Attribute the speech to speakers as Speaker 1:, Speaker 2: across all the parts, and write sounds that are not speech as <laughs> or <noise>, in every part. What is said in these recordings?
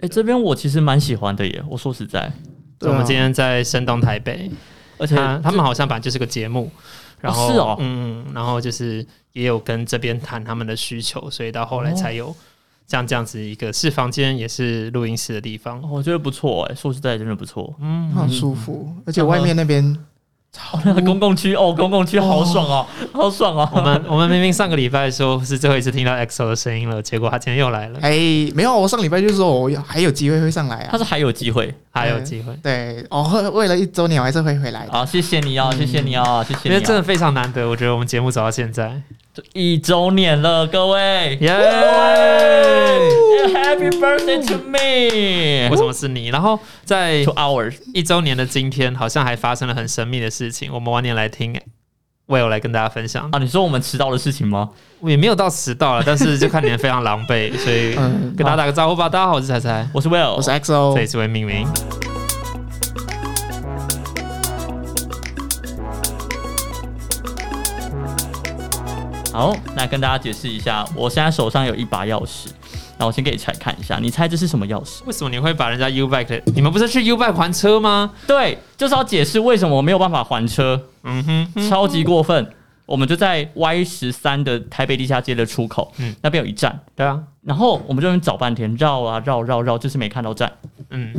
Speaker 1: 哎、这边我其实蛮喜欢的耶，我说实在，
Speaker 2: 啊
Speaker 3: 我
Speaker 1: 啊
Speaker 3: 们今天在山东台北，
Speaker 1: 而且
Speaker 3: 他他们好像本来就是个节目，然后、
Speaker 1: 哦是哦
Speaker 3: 嗯，然后就是也有跟这边谈他们的需求，所以到后来
Speaker 1: 哦
Speaker 3: 才有这样这样子一个是房间，也是录音室的
Speaker 1: <laughs>
Speaker 3: 地方。
Speaker 1: 哦我觉得不错哎，说实在真的不错。
Speaker 3: 嗯，
Speaker 2: 很舒服，而且外面那边
Speaker 1: 哦，那个 <laughs> 公共区哦，公共区好爽
Speaker 3: <laughs>
Speaker 1: 哦，好爽哦。
Speaker 3: 我们我们明明上个礼拜说是最后一次听到 EXO 的声音了，结果他今天又来了，
Speaker 2: 哎、没有，我上礼拜就说我还有机会会上来
Speaker 1: 他
Speaker 2: 啊。
Speaker 1: 是还有机会
Speaker 3: 还有机会，
Speaker 1: 哎
Speaker 2: 对，哦，为了一周年，我还是会回来的。
Speaker 1: 啊！谢谢你哦，谢谢你哦，谢
Speaker 3: 嗯因
Speaker 1: 谢
Speaker 3: 为
Speaker 1: 你
Speaker 3: 真
Speaker 1: 哦。
Speaker 3: 的非常难得，我觉得我们节目走到现在，
Speaker 1: 一周年了，各位哎
Speaker 3: 耶、
Speaker 1: ，Happy birthday to
Speaker 3: 为
Speaker 1: me，to
Speaker 3: 什么是你？然后在
Speaker 1: ours。
Speaker 3: 一周年的今天，好像还发生了很神秘的事情，我们晚点来听。我有来跟大家分享，
Speaker 1: 啊，你说我们迟到的事情吗？
Speaker 3: 也没有到迟到了，但是就看你们非常狼狈，所以
Speaker 2: <laughs> 嗯
Speaker 3: 跟大家打个招呼吧。大家好，我是彩彩，
Speaker 1: 我是 Will，
Speaker 2: 我是
Speaker 3: 这里
Speaker 2: XO，
Speaker 3: 是文明明。
Speaker 1: 好，那跟大家解释一下，我现在手上有一把钥匙，那我先给你猜看一下，你猜这是什么钥匙？
Speaker 3: 为什么你会把人家 U bike 的？你们不是去 U bike 还车吗？
Speaker 1: 对，就是要解释为什么我没有办法还车，
Speaker 3: 嗯哼，
Speaker 1: 超级过分。我们就在 Y 十三的台北地下街的出口，
Speaker 3: 嗯
Speaker 1: 那边有一站，
Speaker 3: 对啊，
Speaker 1: 然后我们就在那边找半天，绕啊绕绕绕，就是没看到站， <laughs>
Speaker 3: 嗯，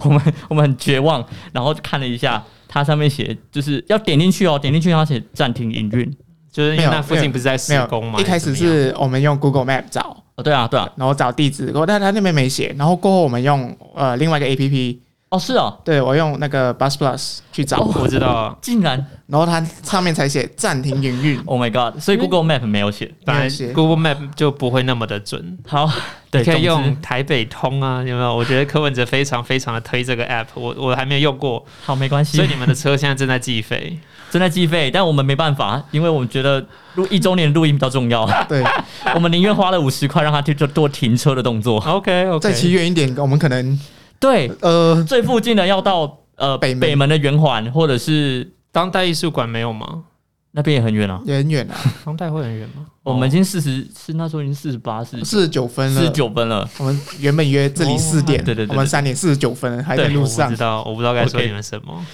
Speaker 1: 我们我们很绝望，然后就看了一下，它上面写就是要点进去哦，点进去然后写暂停营运。
Speaker 3: 就是因为那附近不是在
Speaker 2: 没
Speaker 3: 施工
Speaker 2: 有，
Speaker 3: 吗？
Speaker 2: 一开始
Speaker 3: 还怎么样
Speaker 2: 是我们用 Google Map 找，
Speaker 1: 哦，对啊，对啊，
Speaker 2: 然后找地址，然后但他那边没写，然后过后我们用呃另外一个 APP，
Speaker 1: 哦是哦，
Speaker 2: 对我用那个 Bus Plus 去找，
Speaker 3: 我知道，
Speaker 1: 竟然
Speaker 2: 然后它上面才写暂停营
Speaker 3: <laughs>
Speaker 2: 运。
Speaker 1: ，Oh my God，所以
Speaker 3: 嗯
Speaker 1: Google Map 没有写。
Speaker 3: 本
Speaker 2: 没
Speaker 3: 来
Speaker 2: 有写
Speaker 3: Google Map 就不会那么的准，
Speaker 1: 好，对，
Speaker 3: 可
Speaker 1: 总
Speaker 3: 以
Speaker 1: 之
Speaker 3: 用台北通啊，有没有？我觉得柯文哲非常非常的推这个 app，我我还没有用过，
Speaker 1: 好，没关系
Speaker 3: 所以。你们的车现在正在
Speaker 2: <laughs>
Speaker 3: 计费，
Speaker 1: 正在计费，但我们没办法，因为我们觉得录一周年录音比较重要，
Speaker 2: 对，
Speaker 1: <laughs> 我们宁愿花了五十块让他去做做停车的动作。
Speaker 3: OK OK，
Speaker 2: 再骑远一点，我们可能
Speaker 1: 对，
Speaker 2: 呃
Speaker 1: 最附近的要到呃
Speaker 2: 北门
Speaker 1: 的圆环，或者是
Speaker 3: 当代艺术馆没有吗？
Speaker 1: 那边也很远啊。
Speaker 2: 也很远啊，
Speaker 3: 当代会很远吗？哦
Speaker 1: 我们已经四十，是那时候已经四十八，是
Speaker 2: 四十九分
Speaker 1: 四十
Speaker 2: 了。
Speaker 1: 九分了。
Speaker 2: 我们原本约
Speaker 3: 哦
Speaker 2: 这里四点，
Speaker 1: 对对对对
Speaker 2: 我们三点四十九分还在
Speaker 1: 对
Speaker 2: 路
Speaker 3: 我不
Speaker 2: 上
Speaker 3: 知。道，我不知道该说
Speaker 1: OK
Speaker 3: 你们什么。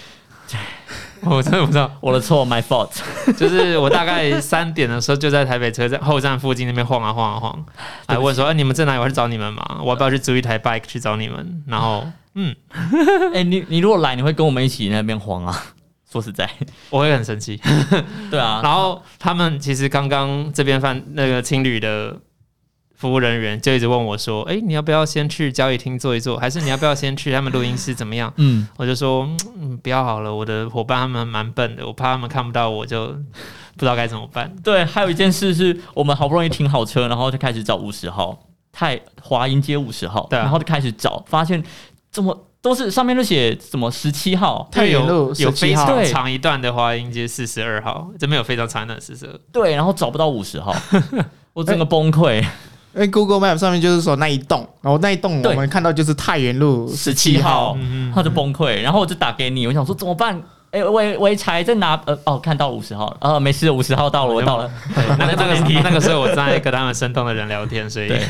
Speaker 3: 我真的不知道，
Speaker 1: 我的错，my fault。
Speaker 3: 就是我大概三点的时候就在台北车站后站附近那边晃啊晃啊晃，还问说：“哎、你们在哪里？我要去找你们嘛，我要不要去租一台 bike 去找你们？”然后，嗯，
Speaker 1: 哎、你你如果来，你会跟我们一起那边晃啊？ <laughs> 说实在，
Speaker 3: 我会很生气。
Speaker 1: 对啊，
Speaker 3: <laughs> 然后他们其实刚刚这边饭那个青旅的服务人员就一直问我说：“哎、你要不要先去交易厅坐一坐，还是你要不要先去他们录音室怎么样？”
Speaker 1: 嗯，
Speaker 3: 我就说：“嗯，不要好了，我的伙伴他们蛮笨的，我怕他们看不到我就不知道该怎么办。
Speaker 1: 对。还有一件事是我们好不容易停好车，然后就开始找五十号，太华阴街五十号，
Speaker 3: 对啊
Speaker 1: 然后就开始找，发现怎么都是上面都写什么十七号，
Speaker 2: 太原
Speaker 3: 有
Speaker 2: 路
Speaker 3: 有非
Speaker 2: 17号
Speaker 3: 常
Speaker 1: 对
Speaker 3: 长一段的华阴街四十二号，这边有非常长一段四十二。
Speaker 1: 对，然后找不到五十号，我整个崩溃。
Speaker 2: 因为 Google Map 上面就是说那一栋，然后那一栋
Speaker 1: 对
Speaker 2: 我们看到就是太原路
Speaker 1: 17
Speaker 2: 号
Speaker 1: 号，他就崩溃，然后我就打给你，我想说怎么办？哎、微微柴在哪？呃，哦，看到五十号了，呃，没事，五十号到了，我到了。
Speaker 3: 对那个那
Speaker 1: 我在打电梯
Speaker 3: 个那个时候我正在跟他们生动的人聊天，所以
Speaker 1: 对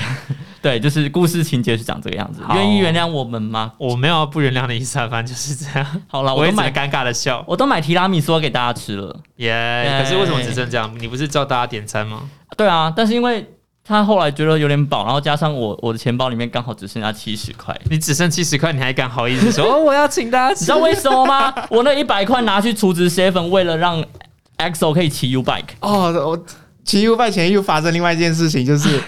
Speaker 1: 对，就是故事情节是长这个样子。
Speaker 3: 好
Speaker 1: 愿意原谅我们吗？
Speaker 3: 我没有不原谅的意思啊，反正就是这样。
Speaker 1: 好了，
Speaker 3: 我
Speaker 1: 我
Speaker 3: 一
Speaker 1: 都
Speaker 3: 直很
Speaker 1: 买，
Speaker 3: 尴尬的笑，
Speaker 1: 我都买提拉米苏给大家吃了。
Speaker 3: 耶、可是为什么只剩这样？你不是叫大家点餐吗？
Speaker 1: 对啊，但是因为他后来觉得有点饱，然后加上我我的钱包里面刚好只剩下七十块。
Speaker 3: 你只剩七十块，你还敢好意思说、哦、我要请大家
Speaker 1: 你
Speaker 3: 吃
Speaker 1: 知？道为什么吗？我那一百块拿去储值 seven，为了让 XO 可以骑 U bike。
Speaker 2: 哦，我骑 U 拜前又发生另外一件事
Speaker 1: <laughs>
Speaker 2: 情，就是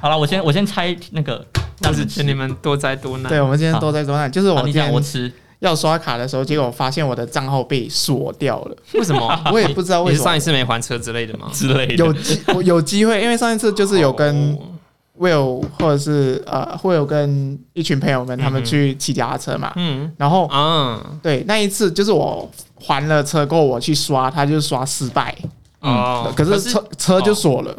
Speaker 1: 好了，我先我先拆那个，
Speaker 3: 但
Speaker 1: 让
Speaker 3: 是
Speaker 1: 你吃
Speaker 3: 劝你们多灾多难。
Speaker 2: 对我们今天都在中南，就是我
Speaker 1: 好
Speaker 2: 今
Speaker 1: 你讲
Speaker 2: 天
Speaker 1: 我吃。
Speaker 2: 要刷卡的时候，结果发现我的账号被锁掉了，
Speaker 3: 为什么？
Speaker 2: 我也不知道为
Speaker 3: 你
Speaker 2: 什
Speaker 3: 是上
Speaker 2: 么
Speaker 3: 一。次没还车之类的吗？
Speaker 1: 之类的。
Speaker 2: 有机我有机会，因为上一次就是有跟
Speaker 3: 哦
Speaker 2: Will 或者是呃，会有跟一群朋友们他们去骑脚踏车嘛，
Speaker 3: 嗯
Speaker 2: 然后
Speaker 3: 啊
Speaker 2: 对那一次就是我还了车过后我去刷，他就刷失败，
Speaker 3: 哦，
Speaker 2: 可是车车就锁了，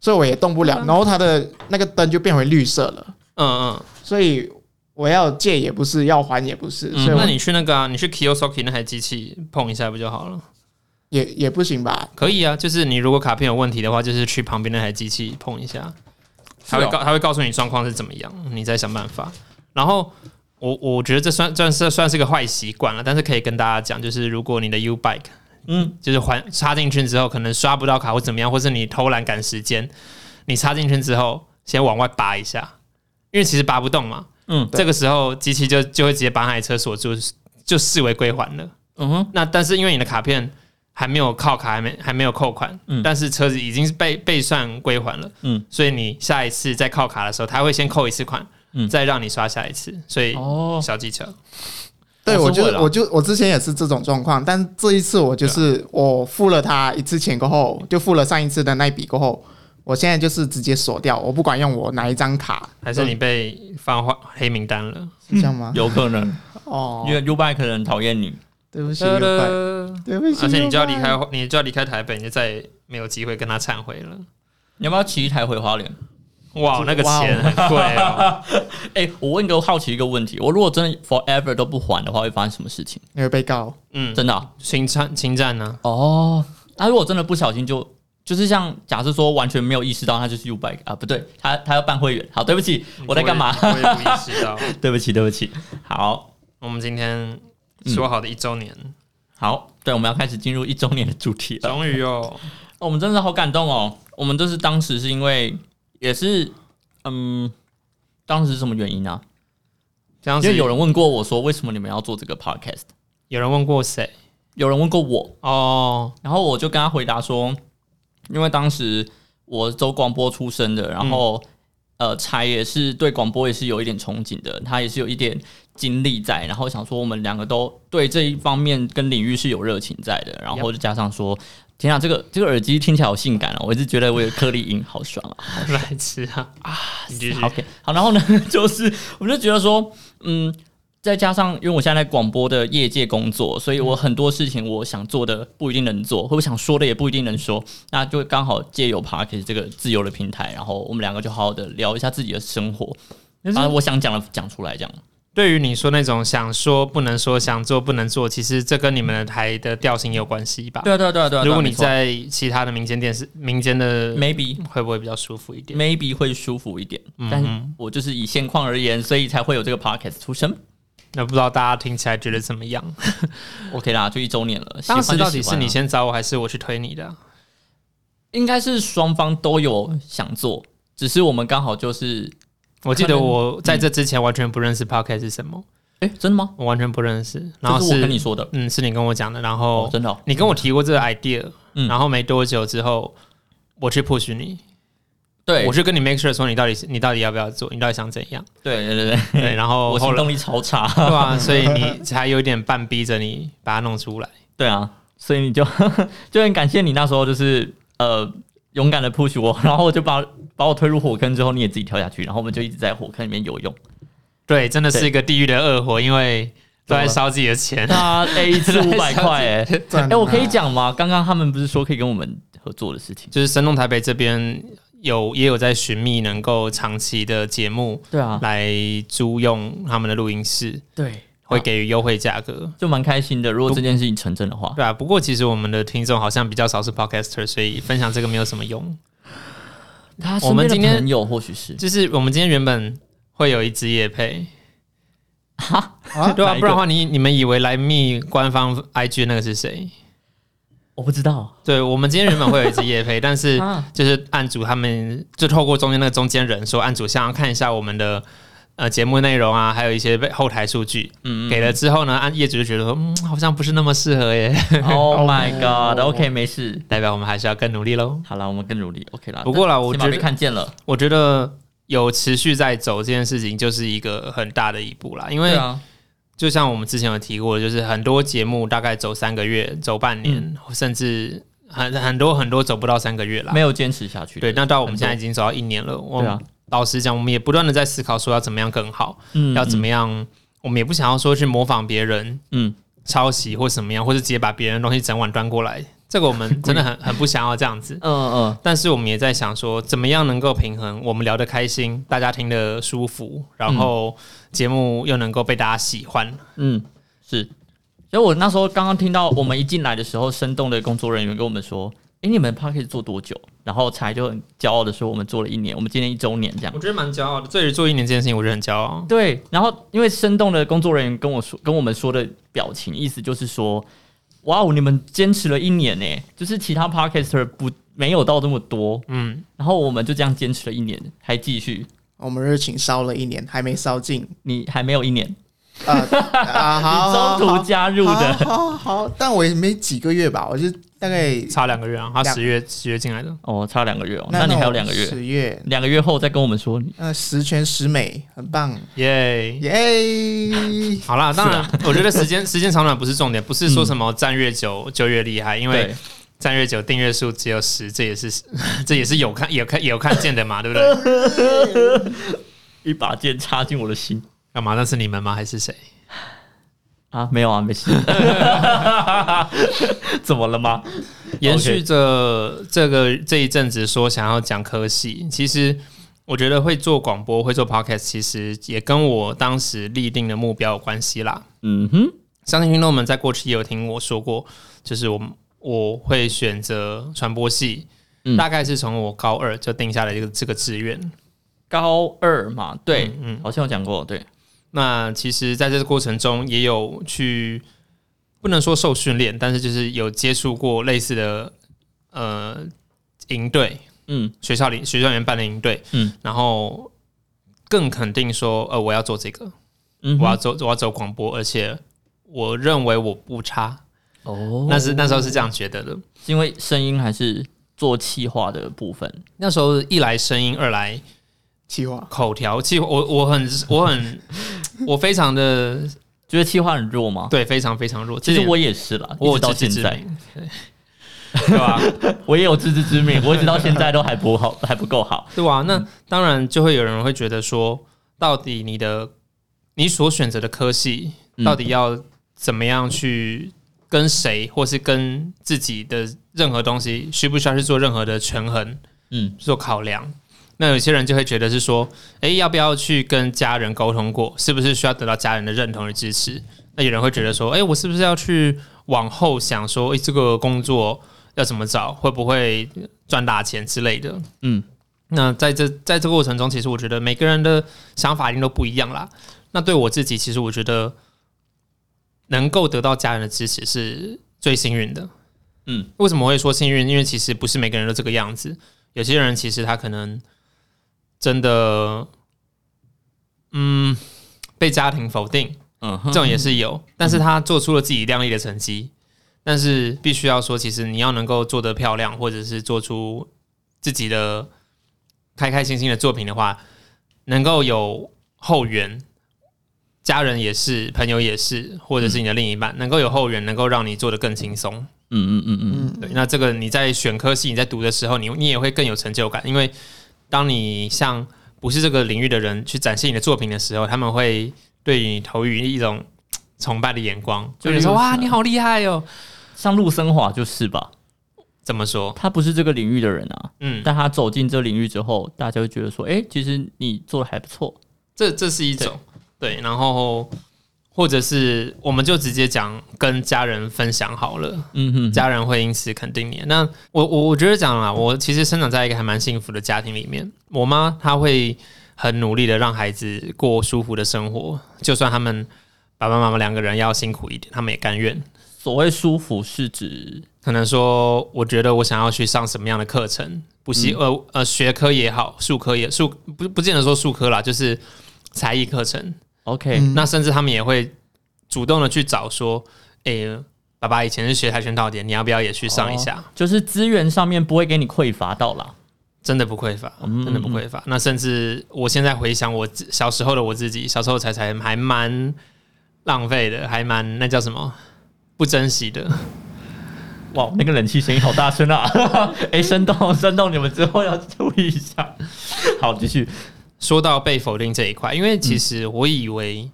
Speaker 2: 所以我也动不了。然后它的那个灯就变回绿色了，
Speaker 3: 嗯
Speaker 2: 所以我要借也不是，要还也不是，所以
Speaker 3: 嗯，那
Speaker 2: 我
Speaker 3: 你去那个啊，你去 Kiosoki 那台机器碰一下不就好了？
Speaker 2: 也也不行吧？
Speaker 3: 可以啊，就是你如果卡片有问题的话，就是去旁边那台机器碰一下。他会
Speaker 1: 是哦
Speaker 3: 告他会告诉你状况是怎么样，你再想办法。然后我我觉得这算算是算是个坏习惯了，但是可以跟大家讲，就是如果你的 U Bike
Speaker 1: 嗯，
Speaker 3: 就是还插进去之后，可能刷不到卡或怎么样，或是你偷懒赶时间，你插进去之后先往外拔一下，因为其实拔不动嘛。
Speaker 1: 嗯
Speaker 2: 对
Speaker 3: 这个时候机器就就会直接把那台车锁住，就视为归还了。
Speaker 1: 嗯哼，
Speaker 3: 那但是因为你的卡片还没有靠卡，还没还没有扣款，
Speaker 1: 嗯
Speaker 3: 但是车子已经是被被算归还了，
Speaker 1: 嗯
Speaker 3: 所以你下一次再靠卡的时候，他会先扣一次款，
Speaker 1: 嗯
Speaker 3: 再让你刷下一次，所以
Speaker 1: 哦，
Speaker 3: 小技巧，
Speaker 2: 对，
Speaker 3: 我
Speaker 2: 我
Speaker 3: 是
Speaker 2: 就
Speaker 3: 会啦
Speaker 2: 我就我之前也是这种状况，但这一次我就是我付了他一次钱过后，就付了上一次的那一笔过后，我现在就是直接锁掉，我不管用我哪一张卡，
Speaker 3: 还是你被放花黑名单了？
Speaker 2: 是这样吗？
Speaker 1: 有可能，
Speaker 2: 哦
Speaker 1: 因，为 U Bike 人讨厌你，
Speaker 2: 对不起，
Speaker 3: 哒哒
Speaker 1: 呃
Speaker 2: 又怪对不起，
Speaker 3: 而且你就要离
Speaker 2: 又
Speaker 3: 开，哦你就要离开台北，你就再也没有机会跟他忏悔了。
Speaker 1: 你要不要骑一台回花莲？
Speaker 3: 哇，那个钱很贵
Speaker 1: <laughs>
Speaker 3: 哦，
Speaker 1: 哎、我问一个好奇一个问题，我如果真的 forever 都不还的话，会发生什么事情？
Speaker 2: 怪你会被告。
Speaker 3: 嗯，
Speaker 1: 真的啊、
Speaker 3: 侵占侵占呢？
Speaker 1: 哦，那如果真的不小心就就是像假设说完全没有意识到他就是 U bike 啊，不对，他他要办会员。好，对不起，我在干嘛？ <laughs>
Speaker 3: 我也我也不意识到。
Speaker 1: 对不起，对不起。好
Speaker 3: 我们今
Speaker 1: 嗯
Speaker 3: 天说好的一周年，
Speaker 1: 好，对，我们要开始进入一周年的主题了。
Speaker 3: 终于哦，
Speaker 1: 哦我们真的好感动哦。我们就是当时是因为也是嗯，当时是什么原因呢、
Speaker 3: 这样
Speaker 1: 因
Speaker 3: 子
Speaker 1: 为有人问过我说，为什么你们要做这个 podcast？
Speaker 3: 有人问过谁？
Speaker 1: 有人问过我，
Speaker 3: 哦，
Speaker 1: 然后我就跟他回答说，因为当时我走广播出身的，然后、呃，才也是对广播也是有一点憧憬的，他也是有一点经历在，然后想说我们两个都对这一方面跟领域是有热情在的，然后就加上说。天啊，这个这个耳机听起来好性感啊！我一直觉得我有颗粒音，好爽啊！
Speaker 3: 来吃啊啊！你继续
Speaker 1: 好 OK，好，然后呢， <laughs> 就是我们就觉得说，嗯，再加上因为我现在在广播的业界工作，所以我很多事情我想做的不一定能做，或者想说的也不一定能说，那就刚好借由 Parkes 这个自由的平台，然后我们两个就好好的聊一下自己的生活，
Speaker 3: 但是
Speaker 1: 把我想讲的讲出来，这样。
Speaker 3: 对于你说那种想说不能说、想做不能做，其实这跟你们的台的调性有关系吧？
Speaker 1: 对啊，对啊，对啊，对啊。
Speaker 3: 如果
Speaker 1: 没
Speaker 3: 你
Speaker 1: 错
Speaker 3: 在其他的民间电视、民间的，
Speaker 1: maybe
Speaker 3: 会不会比较舒服一点？
Speaker 1: maybe 会舒服一点，
Speaker 3: 嗯
Speaker 1: 但我就是以现况而言，所以才会有这个 Parkes 出生。
Speaker 3: 那不知道大家听起来觉得怎么样？
Speaker 1: OK 啦，就一周年了。喜欢
Speaker 3: 当
Speaker 1: 就
Speaker 3: 时到底
Speaker 1: 喜
Speaker 3: 是
Speaker 1: 欢啊
Speaker 3: 你先找我，还是我去推你的啊？
Speaker 1: 应该是双方都有想做，只是我们刚好就是，
Speaker 3: 我记
Speaker 1: 可
Speaker 3: 得
Speaker 1: 能
Speaker 3: 我在这之前完全不认识 Podcast 是什么，
Speaker 1: 哎、真的吗？
Speaker 3: 我完全不认识。然
Speaker 1: 这
Speaker 3: 后
Speaker 1: 是我跟你说的，
Speaker 3: 嗯，是你跟我讲的，然
Speaker 1: 哦
Speaker 3: 后，
Speaker 1: 真的、哦，
Speaker 3: 你跟我提过这个 idea，
Speaker 1: 嗯
Speaker 3: 然后没多久之后，我去 push 你，
Speaker 1: 对，
Speaker 3: 我去跟你 make sure 说你到底是你到底要不要做，你到底想怎样？
Speaker 1: 对对对
Speaker 3: 对，
Speaker 1: 对，
Speaker 3: 然
Speaker 1: 嗯
Speaker 3: 后
Speaker 1: 我
Speaker 3: 哦后
Speaker 1: 行
Speaker 3: 来
Speaker 1: 动力超差，
Speaker 3: 对啊，所以你才有点半逼着你把它弄出来。
Speaker 1: 对啊，所以你就 <laughs> 就很感谢你那时候就是呃勇敢的 push 我，然后我就把把我推入火坑之后，你也自己跳下去，然后我们就一直在火坑里面游泳。
Speaker 3: 对，真的是一个地狱的恶火，因为都
Speaker 2: 怎
Speaker 3: 在
Speaker 2: 么了
Speaker 3: 烧自己的钱。
Speaker 1: 他 A 一次五百块，哎
Speaker 2: 真
Speaker 1: 哎，我可以
Speaker 2: 的
Speaker 1: 讲吗？刚刚他们不是说可以跟我们合作的事情？
Speaker 3: <laughs> 就是神农台北这边有也有在寻觅能够长期的节目
Speaker 1: 对啊，
Speaker 3: 来租用他们的录音室，
Speaker 1: 对，
Speaker 3: 会给予优惠价格。
Speaker 1: 就蛮开心的。如果这件事情成真的话，
Speaker 3: 对啊，不过其实我们的听众好像比较少是 podcaster，所以分享这个没有什么用。
Speaker 1: 他
Speaker 3: 我
Speaker 1: 身边的
Speaker 3: 们今天
Speaker 1: 朋友或许是
Speaker 3: 就是我们今天原本会有一支夜配，
Speaker 2: 啊，
Speaker 3: 对啊，
Speaker 1: 哪一个
Speaker 3: 不然的话你你们以为来密官方 IG 那个是谁？
Speaker 1: 我不知道
Speaker 3: 对，我们今天原本会有一支夜配，但是
Speaker 1: 啊，
Speaker 3: 就是案主他们就透过中间那个中间人说，案主想要看一下我们的呃节目内容啊，还有一些被后台数据，
Speaker 1: 嗯
Speaker 3: 给了之后呢，按业主就觉得说，嗯，好像不是那么适合耶， <laughs>
Speaker 1: <laughs> Oh my God，OK，、没事。
Speaker 3: 代表我们还是要更努力喽。
Speaker 1: 好了，我们更努力，OK 啦。
Speaker 3: 不过啦，我
Speaker 1: 起
Speaker 3: 觉
Speaker 1: 码被
Speaker 3: 得
Speaker 1: 看见了，
Speaker 3: 我觉得有持续在走这件事情，就是一个很大的一步啦，因为
Speaker 1: 啊，
Speaker 3: 就像我们之前有提过，就是很多节目大概走三个月、走半年，甚至很很多很多走不到三个月啦
Speaker 1: 嗯没。有坚持下去。
Speaker 3: 啊对，那到我们
Speaker 1: 很多
Speaker 3: 现在已经走到一年了，我
Speaker 1: 对啊，
Speaker 3: 老实讲，我们也不断的在思考说要怎么样更好，
Speaker 1: 嗯
Speaker 3: 要怎么
Speaker 1: 样？
Speaker 3: 样，我们也不想要说去模仿别人、
Speaker 1: 嗯，
Speaker 3: 抄袭或什么样，或是直接把别人的东西整碗端过来，这个我
Speaker 1: <laughs>
Speaker 3: 们真的很很不想要这样子。
Speaker 1: 嗯嗯，
Speaker 3: 但是我们也在想说，怎么样能够平衡我们聊得开心，大家听得舒服，然后节目又能够被大家喜欢。
Speaker 1: 嗯，是。所以我那时候刚刚听到我们一进来的时候，生动的工作人员跟我们说，哎，你们 p a c k a g e 做多久？”然后才就很骄傲的说：“我们做了一年，我们今年一周年这样。”
Speaker 3: 我觉得蛮骄傲的。对于做一年这件事情，我是很骄傲。
Speaker 1: 对，然后因为生动的工作人员跟我说，跟我们说的表情意思就是说，哇哦，你们坚持了一年呢，就是其他 podcaster 不没有到这么多，
Speaker 3: 嗯，
Speaker 1: 然后我们就这样坚持了一年，还继续，
Speaker 2: 我们热情烧了一年，还没烧尽。
Speaker 1: 你还没有一年，
Speaker 2: 呃啊，好，好
Speaker 1: 你中途加入的，
Speaker 2: 好好好好，但我也没几个月吧，我就大概
Speaker 3: 差两个月啊，他
Speaker 2: 两
Speaker 3: 十月十月进来的，
Speaker 1: <laughs> 哦，差两个月哦，那你还有两个月，
Speaker 2: 十月，
Speaker 1: 两个月后再跟我们说，
Speaker 2: 呃，十全十美，很棒，
Speaker 3: 耶、
Speaker 2: 耶、
Speaker 3: 好啦，当然，我觉得时间时间长短不是重点，不是说什么站越久就越厉害，因为
Speaker 1: 对，
Speaker 3: 站越久订阅数只有十，这也是 <laughs> 这也是有看有看有看见的嘛，对不对？
Speaker 1: 一把剑插进我的心
Speaker 3: 干嘛？那是你们吗？还是谁？
Speaker 1: 啊，没有啊，没事，怎么了吗？
Speaker 3: 延续着这个这一阵子说想要讲科系，其实我觉得会做广播、会做 podcast，其实也跟我当时立定的目标有关系啦。
Speaker 1: 嗯哼，
Speaker 3: 相信听众们在过去也有听我说过，就是我我会选择传播系，
Speaker 1: 嗯
Speaker 3: 大概是从我高二就定下了这个这个志愿。
Speaker 1: 高二嘛，对，
Speaker 3: 嗯嗯
Speaker 1: 好像有讲过，对。
Speaker 3: 那其实在这个过程中也有去，不能说受训练，但是就是有接触过类似的呃营队，
Speaker 1: 嗯，
Speaker 3: 学校里学校里面办的营队，
Speaker 1: 嗯，
Speaker 3: 然后更肯定说，呃，我要做这个，
Speaker 1: 嗯哼，
Speaker 3: 我要走我要走广播，而且我认为我不差，
Speaker 1: 哦
Speaker 3: 那是那时候是这样觉得的。
Speaker 1: 是因为声音还是做气化的部分？
Speaker 3: 那时候一来声音，二来
Speaker 2: 计划
Speaker 3: 口条，其实我我很我很 <laughs> 我非常的
Speaker 1: 觉得气化很弱吗？
Speaker 3: 对，非常非常弱。
Speaker 1: 其
Speaker 3: 这
Speaker 1: 实
Speaker 3: 点
Speaker 1: 我也是啦，
Speaker 3: 我
Speaker 1: 一直
Speaker 3: 有
Speaker 1: 到
Speaker 3: 自
Speaker 1: 现
Speaker 3: 知之
Speaker 1: 在
Speaker 3: 明，对
Speaker 1: <laughs>
Speaker 3: 对吧？
Speaker 1: 我也有自知之明，我一直到现在都还不好， <laughs> 还不够好。
Speaker 3: 对吧、那当然就会有人会觉得说，到底你的你所选择的科系，
Speaker 1: 嗯
Speaker 3: 到底要怎么样去跟谁，或是跟自己的任何东西，需不需要去做任何的权衡，
Speaker 1: 嗯，
Speaker 3: 做考量？那有些人就会觉得是说，诶，要不要去跟家人沟通过？是不是需要得到家人的认同与支持？那有人会觉得说，诶，我是不是要去往后想说，诶，这个工作要怎么找，会不会赚大钱之类的？
Speaker 1: 嗯，
Speaker 3: 那在这在这个过程中，其实我觉得每个人的想法一定都不一样啦。那对我自己，其实我觉得能够得到家人的支持是最幸运的。
Speaker 1: 嗯，
Speaker 3: 为什么会说幸运？因为其实不是每个人都这个样子。有些人其实他可能真的，嗯，被家庭否定，
Speaker 1: 嗯
Speaker 3: 这
Speaker 1: 哼，
Speaker 3: 种也是有，但是他做出了自己亮丽的成绩，但是必须要说，其实你要能够做得漂亮，或者是做出自己的开开心心的作品的话，能够有后援，家人也是，朋友也是，或者是你的另一半，能够有后援，能够让你做得更轻松。
Speaker 1: 嗯嗯嗯嗯，
Speaker 3: 对，那这个你在选科系，你在读的时候，你你也会更有成就感，因为当你向不是这个领域的人去展现你的作品的时候，他们会对你投予一种嘖崇拜的眼光，
Speaker 1: 就
Speaker 3: 就是是说
Speaker 1: 有
Speaker 3: 哇，
Speaker 1: 可能
Speaker 3: 你好厉害哦。
Speaker 1: 像陆森华就是吧，
Speaker 3: 怎么说？
Speaker 1: 他不是这个领域的人啊，
Speaker 3: 嗯，
Speaker 1: 但他走进这领域之后，大家会觉得说，哎，其实你做的还不错。
Speaker 3: 这这是一种对，然后或者是我们就直接讲跟家人分享好了。
Speaker 1: 嗯哼，
Speaker 3: 家人会因此肯定你。那我我我觉得讲啦，我其实生长在一个还蛮幸福的家庭里面，我妈她会很努力的让孩子过舒服的生活，就算他们爸爸妈妈两个人要辛苦一点，他们也甘愿。
Speaker 1: 所谓舒服是指，
Speaker 3: 可能说，我觉得我想要去上什么样的课程，补习、呃呃学科也好，术科也术不不见得说术科啦，就是才艺课程。
Speaker 1: OK，
Speaker 2: 嗯
Speaker 3: 那甚至他们也会主动的去找说，诶、爸爸以前是学跆拳道的，你要不要也去上一下？
Speaker 1: 就是资源上面不会给你匮乏到啦。
Speaker 3: 真的不匮乏，
Speaker 1: 嗯
Speaker 3: 真的不匮乏。那甚至我现在回想我自小时候的我自己，小时候才才还蛮浪费的，还蛮那叫什么不珍惜的。
Speaker 1: 哇，那个冷气声音好大声啊！ <laughs> 哎、生动生动，你们之后要注意一下。好，继续。
Speaker 3: 说到被否定这一块，因为其实我以为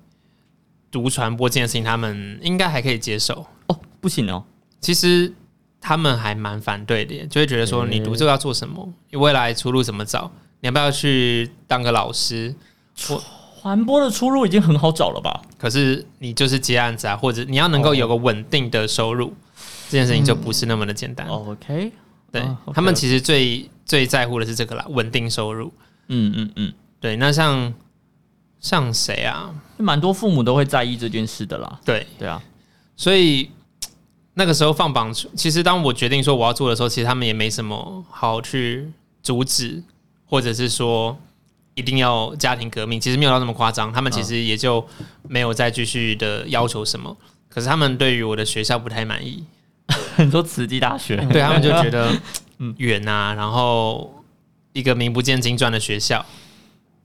Speaker 3: 读传播这件事情，他们应该还可以接受，
Speaker 1: 哦，不行哦，
Speaker 3: 其实他们还蛮反对的耶，就会觉得说
Speaker 1: 嗯
Speaker 3: 你读这个要做什么，你未来出路怎么找，你要不要去当个老师？
Speaker 1: 传播的出路已经很好找了吧？
Speaker 3: 可是你就是接案子啊，
Speaker 1: 哦
Speaker 3: 或者你要能够有个稳定的收入，这件事情就不是那么的简单。
Speaker 1: OK，
Speaker 3: 嗯对
Speaker 1: 啊，OK
Speaker 3: 他们其实最最在乎的是这个啦，稳定收入。
Speaker 1: 嗯嗯嗯，
Speaker 3: 对，那像像谁啊？
Speaker 1: 蛮多父母都会在意这件事的啦。
Speaker 3: 对，
Speaker 1: 对啊，
Speaker 3: 所以那个时候放榜出，其实当我决定说我要做的时候，其实他们也没什么好去阻止，或者是说一定要家庭革命，其实没有到那么夸张，他
Speaker 1: 嗯
Speaker 3: 们其实也就没有再继续的要求什么。可是他们对于我的学校不太满意，
Speaker 1: 很多慈济大 <laughs>
Speaker 3: <laughs>
Speaker 1: 学，
Speaker 3: 对他们就觉得远啊，然后一个名不见经传的学校，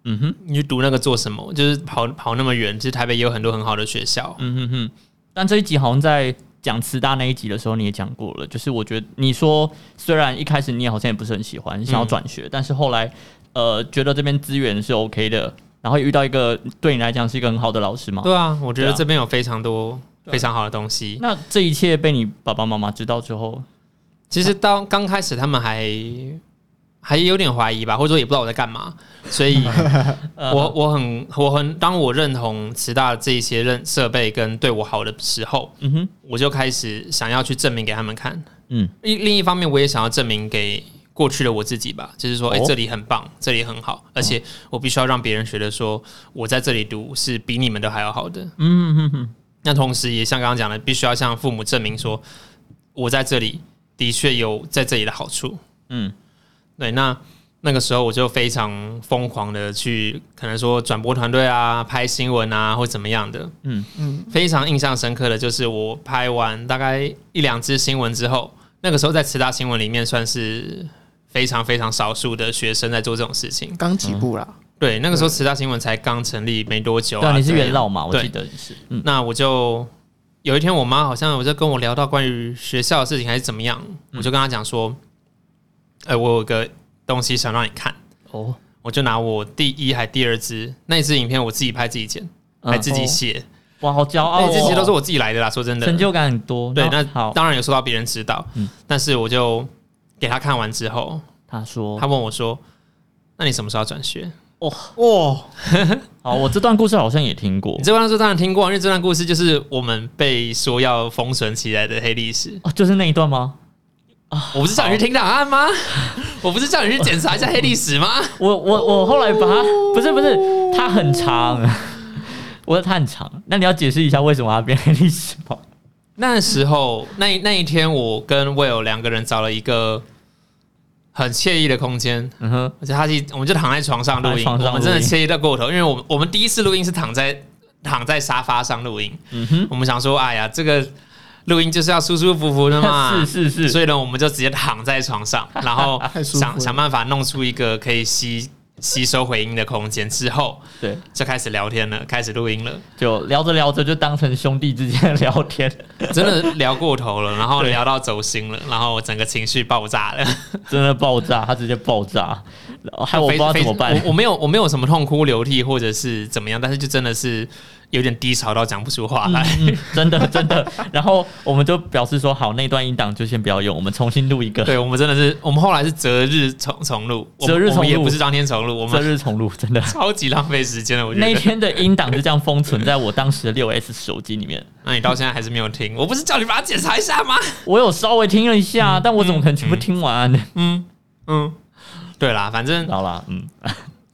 Speaker 1: 嗯哼，
Speaker 3: 你去读那个做什么？就是跑跑那么远，其实台北也有很多很好的学校，
Speaker 1: 嗯哼哼。但这一集好像在讲慈大那一集的时候，你也讲过了，就是我觉得你说虽然一开始你也好像也不是很喜欢，想要转学，但是后来呃觉得这边资源是 OK 的，然后也遇到一个对你来讲是一个很好的老师嘛。
Speaker 3: 对啊，我觉得
Speaker 1: 对啊
Speaker 3: 这边有非常多非常好的东西。
Speaker 1: 那这一切被你爸爸妈妈知道之后，
Speaker 3: 其实当刚开始他们还还有点怀疑吧，或者说也不知道我在干嘛，所 <laughs> 以我我很我很当我认同慈大这一些认设备跟对我好的时候，
Speaker 1: 嗯哼，
Speaker 3: 我就开始想要去证明给他们看。
Speaker 1: 嗯，
Speaker 3: 另另一方面，我也想要证明给过去的我自己吧，就是说，哎、
Speaker 1: 哦
Speaker 3: 这里很棒，这里很好，而且我必须要让别人觉得说，我在这里读是比你们都还要好的。嗯嗯嗯。那同时也像刚刚讲的，必须要向父母证明说，我在这里的确有在这里的好处。
Speaker 1: 嗯，
Speaker 3: 对，那。那个时候我就非常疯狂的去，可能说转播团队啊、拍新闻啊，或怎么样的。
Speaker 1: 嗯
Speaker 3: 非常印象深刻的就是我拍完大概一两支新闻之后，那个时候在慈大新闻里面算是非常非常少数的学生在做这种事情。
Speaker 2: 刚起步
Speaker 1: 嗯
Speaker 2: 啦，
Speaker 3: 对，那个时候慈大新闻才刚成立没多久、啊，
Speaker 1: 对啊，你是
Speaker 3: 这样
Speaker 1: 元老嘛？我
Speaker 3: 对
Speaker 1: 记得你是，嗯
Speaker 3: 那我就有一天，我妈好像我就跟我聊到关于学校的事情还是怎么样，我就跟她讲说，哎、我有个东西想让你看，
Speaker 1: 哦，
Speaker 3: 我就拿我第一还第二支那一支影片，我自己拍自己剪，
Speaker 1: 嗯
Speaker 3: 还自己
Speaker 2: 哦
Speaker 3: 写，
Speaker 1: 哇，好骄傲、
Speaker 3: 那
Speaker 1: 哦，
Speaker 3: 这些都是我自己来的啦。说真的，
Speaker 1: 成就感很多。
Speaker 3: 对，那
Speaker 1: 好，
Speaker 3: 当然有受到别人指导，
Speaker 1: 嗯
Speaker 3: 但是我就给他看完之后，
Speaker 1: 他说
Speaker 3: 他问我说：“那你什么时候要转学
Speaker 2: 哇，
Speaker 1: 好，哦我这段故事好像也听？”过
Speaker 3: 你这段故事当然听过，因为这段故事就是我们被说要封存起来的黑历 <laughs> 史。
Speaker 1: 哦，就是那一段吗？
Speaker 3: 我不是叫你去听档案吗？ <laughs> 我不是叫你去检查一下黑历史吗？
Speaker 1: 我我我后来把它不是不是，它很长，啊 <laughs> 我说它很长。那你要解释一下为什么它变黑历史吗？
Speaker 3: <laughs> 那时候，那那一天，我跟 Will 两个人找了一个很惬意的空间，
Speaker 1: 嗯哼，
Speaker 3: 而且他是我们就躺在床上录
Speaker 1: 躺在
Speaker 3: 音，
Speaker 1: 床上
Speaker 3: 我们真的
Speaker 1: 录音
Speaker 3: 惬意到过头，因为我们我们第一次录音是躺在躺在沙发上录音，我们想说，哎呀，这个录音就是要舒舒服服的嘛，
Speaker 1: <laughs> 是是是，
Speaker 3: 所以呢，我们就直接躺在床上，然后
Speaker 2: 太舒服
Speaker 3: 想
Speaker 2: 了
Speaker 3: 想办法弄出一个可以吸吸收回音的空间，之后
Speaker 1: 对，
Speaker 3: 就开始聊天了，开始录音了，
Speaker 1: 就聊着聊着就当成兄弟之间的聊天， <laughs>
Speaker 3: 真的聊过头了，然后
Speaker 1: 对
Speaker 3: 聊到走心了，然后我整个情绪爆炸了。
Speaker 1: 真的爆炸，它直接爆炸，然后害我不知道
Speaker 3: 非
Speaker 1: 怎么办
Speaker 3: 非。我我没有我没有什么痛哭流涕或者是怎么样，但是就真的是有点低潮到讲不出话来。
Speaker 1: <laughs> 嗯，真的真的，然后我们就表示说好，那段音档就先不要用，我们重新录一个，
Speaker 3: <laughs> 对我们真的是，我们后来是择日重重录，我们
Speaker 1: 择日重录
Speaker 3: 我们也不是当天重录，我
Speaker 1: 择
Speaker 3: 们
Speaker 1: 日重录，真的。
Speaker 3: <laughs> 超级浪费时间的。我觉
Speaker 1: 那一
Speaker 3: 得，
Speaker 1: 天的音档就这样封存在我当时的六 S 手机里面。
Speaker 3: 那你到现在还是没有听，我不是叫你把它检查一下吗？
Speaker 1: 我有稍微听了一下，但我怎么可能全部听完？
Speaker 3: 嗯，对啦，反正
Speaker 1: 好啦，嗯，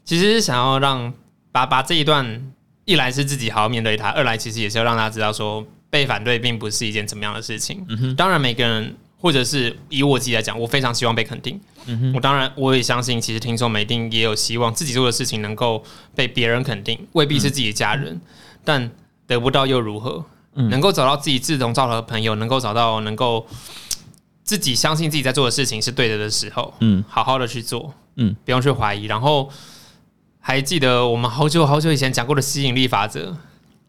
Speaker 3: 其实是想要让把把这一段，一来是自己好好面对它，二来其实也是要让大家知道说，被反对并不是一件怎么样的事情。当然，每个人或者是以我自己来讲，我非常希望被肯定。我当然我也相信，其实听众们一定也有希望自己做的事情能够被别人肯定，未必是自己的家人，但得不到又如何？
Speaker 1: 嗯
Speaker 3: 能够找到自己志同道合的朋友，能够找到能够自己相信自己在做的事情是对的的时候，
Speaker 1: 嗯，
Speaker 3: 好好的去做，
Speaker 1: 嗯，
Speaker 3: 不用去怀疑。然后还记得我们好久好久以前讲过的吸引力法则，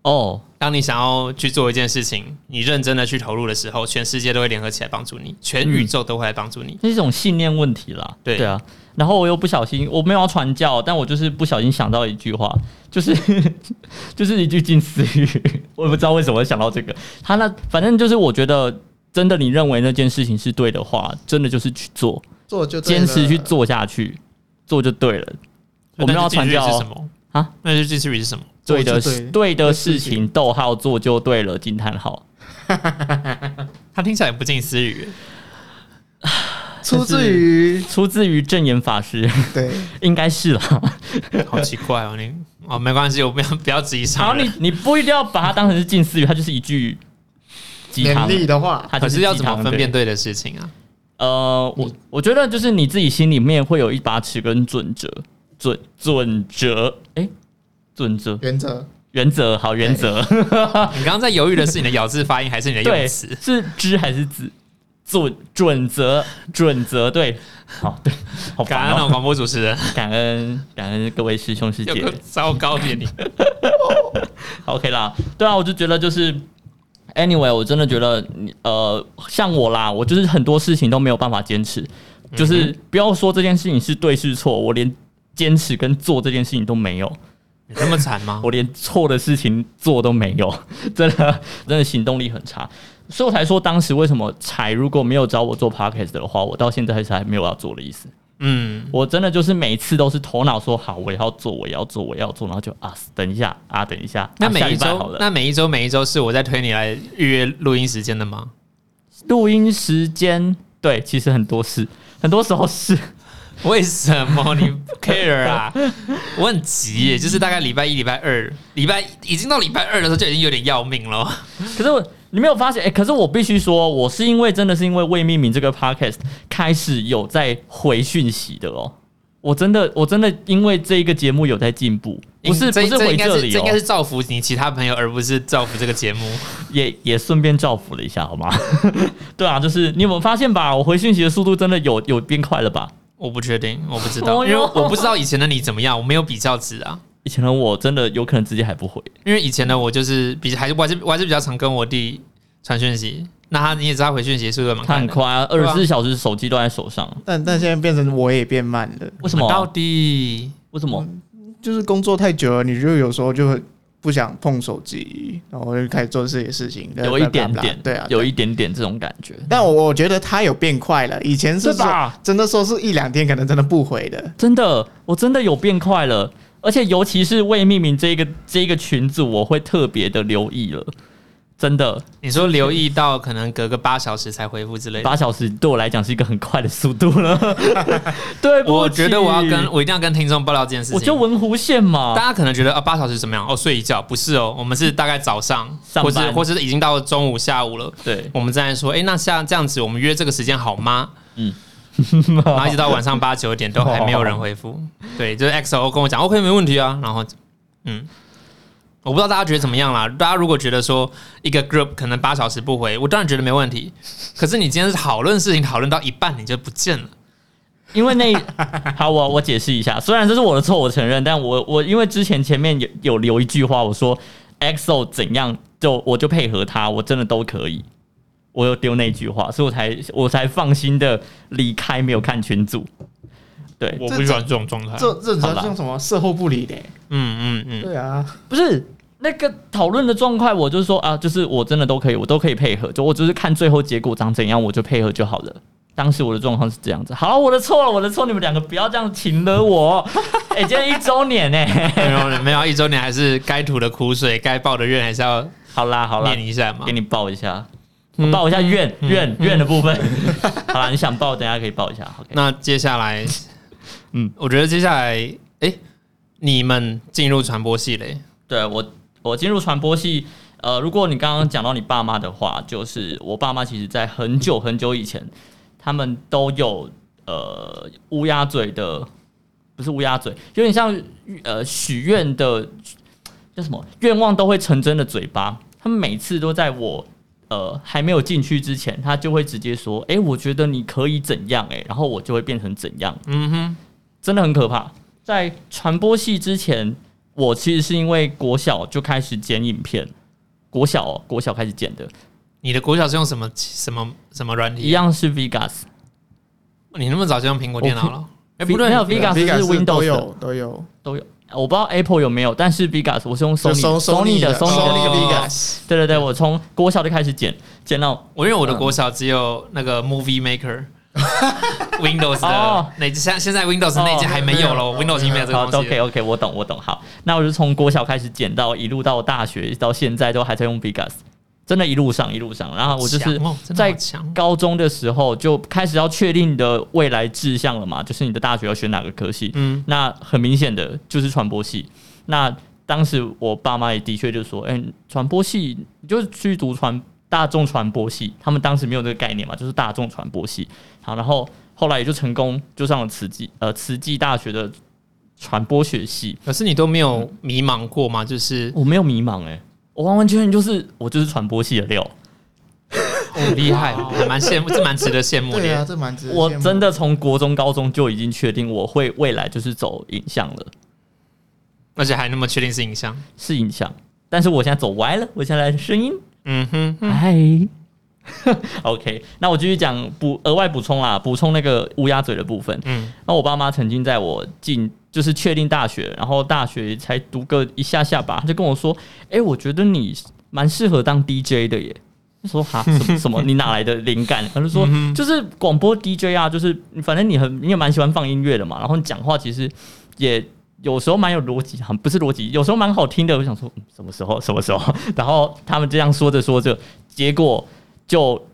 Speaker 1: 哦，
Speaker 3: 当你想要去做一件事情，你认真的去投入的时候，全世界都会联合起来帮助你，全宇宙都会来帮助你。
Speaker 1: 那是一种信念问题啦。
Speaker 3: 对
Speaker 1: 啊，然后我又不小心，我没有要传教，但我就是不小心想到一句话，就是 <laughs> 就是一句近似语，我也不知道为什么会想到这个。他那反正就是我觉得。真的，你认为那件事情是对的话，真的就是去做，
Speaker 2: 做就对
Speaker 1: 坚
Speaker 2: 了
Speaker 1: 持去，做下去，做就对了。我们要传教
Speaker 3: 那
Speaker 1: 哦
Speaker 3: 是什么
Speaker 1: 啊？
Speaker 3: 那就继续是什么？
Speaker 1: 对的
Speaker 2: 做就
Speaker 1: 事，
Speaker 2: 对
Speaker 1: 对的
Speaker 2: 的
Speaker 1: 事
Speaker 2: 事
Speaker 1: 情，
Speaker 2: 情
Speaker 1: 逗号做就对了，惊叹号。
Speaker 3: 它听起来也不近似语。
Speaker 2: 出自于
Speaker 1: 出自于正言法师，
Speaker 2: 对，
Speaker 1: 应该是啦。 <laughs>
Speaker 3: 好奇怪哦，你哦没关系，我不要 <laughs> 不要质疑
Speaker 1: 然后
Speaker 3: 上人
Speaker 1: 你。你不一定要把它当成是近似语，它就是一句鸡
Speaker 2: 勉
Speaker 1: 汤。
Speaker 2: 励的话，
Speaker 1: 它
Speaker 3: 可
Speaker 1: 就是
Speaker 3: 是
Speaker 1: 鸡
Speaker 3: 要
Speaker 1: 汤
Speaker 3: 怎么分
Speaker 1: 对
Speaker 3: 辨对的事情啊？
Speaker 1: 呃，我我觉得就是你自己心里面会有一把尺跟准则，准准则，哎、准则
Speaker 2: 原则
Speaker 1: 原则好原则，
Speaker 3: 你刚刚在犹豫的是你的咬字发音还是你
Speaker 1: <laughs>
Speaker 3: 的
Speaker 1: 对，
Speaker 3: 用词？
Speaker 1: 是知还是子？准准则准则对，好对，好
Speaker 3: 感
Speaker 1: 烦
Speaker 3: 恩
Speaker 1: 哦、
Speaker 3: 哦，广播主持人，
Speaker 1: 感恩感恩各位师兄师
Speaker 3: <laughs> 有
Speaker 1: 姐
Speaker 3: 个糟糕
Speaker 1: <laughs>
Speaker 3: 点你。
Speaker 1: ，OK 啦，对啊，我就觉得就是。Anyway，我真的觉得你，呃，像我啦，我就是很多事情都没有办法坚持，就是
Speaker 3: 嗯
Speaker 1: 不要说这件事情是对是错，我连坚持跟做这件事情都没有。
Speaker 3: 你那么惨吗？
Speaker 1: 我连错的事情做都没有，真的真的行动力很差，所以我才说当时为什么才如果没有找我做 podcast 的话，我到现在还是还没有要做的意思。
Speaker 3: 嗯，
Speaker 1: 我真的就是每次都是头脑说好我要做我要做我要做，然后就啊等一下啊等一下，
Speaker 3: 那
Speaker 1: 啊
Speaker 3: 每
Speaker 1: 下
Speaker 3: 一
Speaker 1: 礼拜好
Speaker 3: 周，
Speaker 1: 了。
Speaker 3: 那每一周，每一周是我在推你来预约录音时间的吗？
Speaker 1: 录音时间对，其实很多事，很多时候是 <laughs>
Speaker 3: 为什么你不 care 啊？我很急耶，就是大概礼拜一、礼拜二、礼拜已经到礼拜二的时候就已经有点要命了。
Speaker 1: 可是我你没有发现？哎、可是我必须说，我是因为真的是因为未命名这个 podcast 开始有在回讯息的哦。我真的，我真的因为这一个节目有在进步，不是不
Speaker 3: <laughs> 这
Speaker 1: 是回
Speaker 3: 应该
Speaker 1: 这
Speaker 3: 是
Speaker 1: 里
Speaker 3: 这应该是
Speaker 1: 哦，
Speaker 3: 造福你其他朋友，而不是造福这个节目。
Speaker 1: 也也顺便造福了一下，好吗？ <laughs> 对啊，就是你有没有发现吧？我回讯息的速度真的有有变快了吧？
Speaker 3: 我不确定，我不知
Speaker 1: 哦
Speaker 3: 道，因为
Speaker 1: 哟
Speaker 3: 我不知道以前的你怎么样，我没有比较值啊。
Speaker 1: 以前的我真的有可能直接还不回，
Speaker 3: 因为以前的我就是比还是我还是我还是比较常跟我弟传讯息，那他你也知道他回讯息速度蛮
Speaker 1: 他
Speaker 3: 快
Speaker 1: 很
Speaker 3: 的，
Speaker 1: 快啊，二
Speaker 3: 对
Speaker 1: 十
Speaker 3: 啊
Speaker 1: 四小时手机都在手上，
Speaker 2: 但但现在变成我也变慢了，
Speaker 1: 为什么
Speaker 3: 到
Speaker 1: 啊？
Speaker 3: 底
Speaker 1: 为什么？
Speaker 2: 就是工作太久了，你就有时候就会不想碰手机，然后就开始做自己的事情，
Speaker 1: 有一点
Speaker 2: blah blah blah
Speaker 1: 点，
Speaker 2: 对啊，
Speaker 1: 有一点点这种感觉，
Speaker 2: 但我我觉得他有变快了，以前是
Speaker 1: 是吧
Speaker 2: 说真的说是一两天，可能真的不回的。
Speaker 1: 真的，我真的有变快了，而且尤其是未命名这一个这一个群组，我会特别的留意了。真的，
Speaker 3: 你说留意到可能隔个八小时才回复之类的，
Speaker 1: 八小时对我来讲是一个很快的速度了。对不起，
Speaker 3: 我觉得我要跟我一定要跟听众报告这件事情。
Speaker 1: 我就文湖线嘛
Speaker 3: 大，家可能觉得啊，八小时怎么样？哦，睡一觉不是哦，我们是大概早上，
Speaker 1: 上
Speaker 3: 或是
Speaker 1: 班
Speaker 3: 或是已经到中午下午了，
Speaker 1: 对，
Speaker 3: 我们再来说，哎、那像这样子，我们约这个时间好吗？
Speaker 1: 嗯
Speaker 3: 嗯， <laughs> 然后一直到晚上八九点都还没有人回复，对，就是 XO 跟我讲 OK 没问题啊，然后嗯，我不知道大家觉得怎么样啦。大家如果觉得说一个 group 可能八小时不回，我当然觉得没问题。可是你今天是讨论事情讨论到一半你就不见了，
Speaker 1: 因为那 <laughs> 好，我我解释一下，虽然这是我的错，我承认，但我我因为之前前面有有留一句话，我说 XO 怎样就我就配合他，我真的都可以。我有丢那句话，所以我才我才放心的离开，没有看群组。对，
Speaker 3: <laughs> 我
Speaker 2: 不喜
Speaker 3: 欢这种状态
Speaker 2: 这这
Speaker 1: 啊好
Speaker 2: 这
Speaker 1: 啦
Speaker 2: 种什么事后不理的、
Speaker 3: 嗯嗯嗯，
Speaker 2: 对啊，
Speaker 1: 不是那个讨论的状况，我就是说啊，就是我真的都可以，我都可以配合，就我就是看最后结果长怎样，我就配合就好了。当时我的状况是这样子，好，我的错了，我的错，你们两个不要这样请了我。 <laughs> 哎、今天一周年哎呢、
Speaker 3: 没有没有，一周年还是该吐的苦水，该报的怨还是要
Speaker 1: 好啦好啦，
Speaker 3: 念一下嘛
Speaker 1: 给。你报一下，
Speaker 3: 嗯
Speaker 1: 报一下怨怨怨的部分。 <laughs> 好啦，你想报，等一下可以报一下。OK，
Speaker 3: 那接下来，
Speaker 1: 嗯
Speaker 3: <laughs> 嗯，我觉得接下来，诶，你们进入传播系嘞，
Speaker 1: 对我我进入传播系，呃，如果你刚刚讲到你爸妈的话，就是我爸妈其实在很久很久以前，他们都有呃乌鸦嘴的，不是乌鸦嘴，有点像呃许愿的叫什么愿望都会成真的嘴巴，他们每次都在我。呃，还没有进去之前，他就会直接说：“诶，我觉得你可以怎样、诶，然后我就会变成怎样。”
Speaker 3: 嗯哼，
Speaker 1: 真的很可怕。在传播系之前，我其实是因为国小就开始剪影片，国小、哦、国小开始剪的，
Speaker 3: 你的国小是用什么什么什么软
Speaker 1: 一
Speaker 3: 体啊？
Speaker 1: 样是 Vegas，
Speaker 3: 你那么早就用苹果电脑了？哎，不对，
Speaker 1: 没有
Speaker 3: 你
Speaker 1: Vegas 是
Speaker 2: 啊 Vegas 都
Speaker 1: Windows 的
Speaker 2: 有都有，
Speaker 1: 都有，我不知道 Apple 有没有，但是 Vegas 我是用
Speaker 2: 就
Speaker 1: Sony
Speaker 2: Sony- Sony
Speaker 1: 的
Speaker 2: 的
Speaker 1: Sony 的，
Speaker 3: Sony
Speaker 2: 那个
Speaker 3: 哦
Speaker 2: Vegas，
Speaker 1: 对对对，我从国小就开始剪，剪到
Speaker 3: 我因为我的国小只有那个 Movie <laughs> Maker。Windows
Speaker 1: 哦
Speaker 3: 的那现现在 Windows 那一家还没有了
Speaker 2: 哦
Speaker 3: ，Windows 已经没有这
Speaker 1: 好
Speaker 3: 个东西
Speaker 1: ，OK
Speaker 3: 了。
Speaker 1: OK，我懂我懂，好，那我就从国小开始剪到一路到大学，到现在都还在用 Vegas，真的，一路上一路上，然后我就是
Speaker 3: 强哦真的
Speaker 1: 在
Speaker 3: 好强，
Speaker 1: 高中的时候就开始要确定你的未来志向了嘛，就是你的大学要选哪个科系。
Speaker 3: 嗯
Speaker 1: 嗯，那很明显的就是传播系。那当时我爸妈也的确就说：“哎、传播系你就去读传大众传播系。”他们当时没有这个概念嘛，就是大众传播系。好，然后后来也就成功就上了慈济呃慈济大学的传播学系。
Speaker 3: 可是你都没有迷茫过吗？就是
Speaker 1: 我没有迷茫哎、我完完全全就是我就是传播系的料。
Speaker 3: 很哦厉害，还蛮羡慕，这蛮值得羡慕
Speaker 2: 对啊，
Speaker 3: 的。
Speaker 2: 这蛮值得
Speaker 1: 我
Speaker 2: 羡慕
Speaker 1: 真的从国中、高中就已经确定我会未来就是走影像了，
Speaker 3: 而且还那么确定是影像。
Speaker 1: 是影像。但是我现在走歪了，我现在来声音，
Speaker 3: 嗯哼，
Speaker 1: 嗨、OK，那我继续讲补额外补充啦，补充那个乌鸦嘴的部分。
Speaker 3: 嗯
Speaker 1: 嗯，那我爸妈曾经在我进就是确定大学，然后大学才读个一下下吧，他就跟我说：“哎、我觉得你蛮适合当 DJ 的耶。”我说哈什么什么？你哪来的灵感？他就说就是广播 DJ 啊，就是反正你很你也蛮喜欢放音乐的嘛，然后你讲话其实也有时候蛮有逻辑，很不是逻辑，有时候蛮好听的。我想说、嗯什么时候什么时候， <laughs> 然后他们这样说着说着，结果就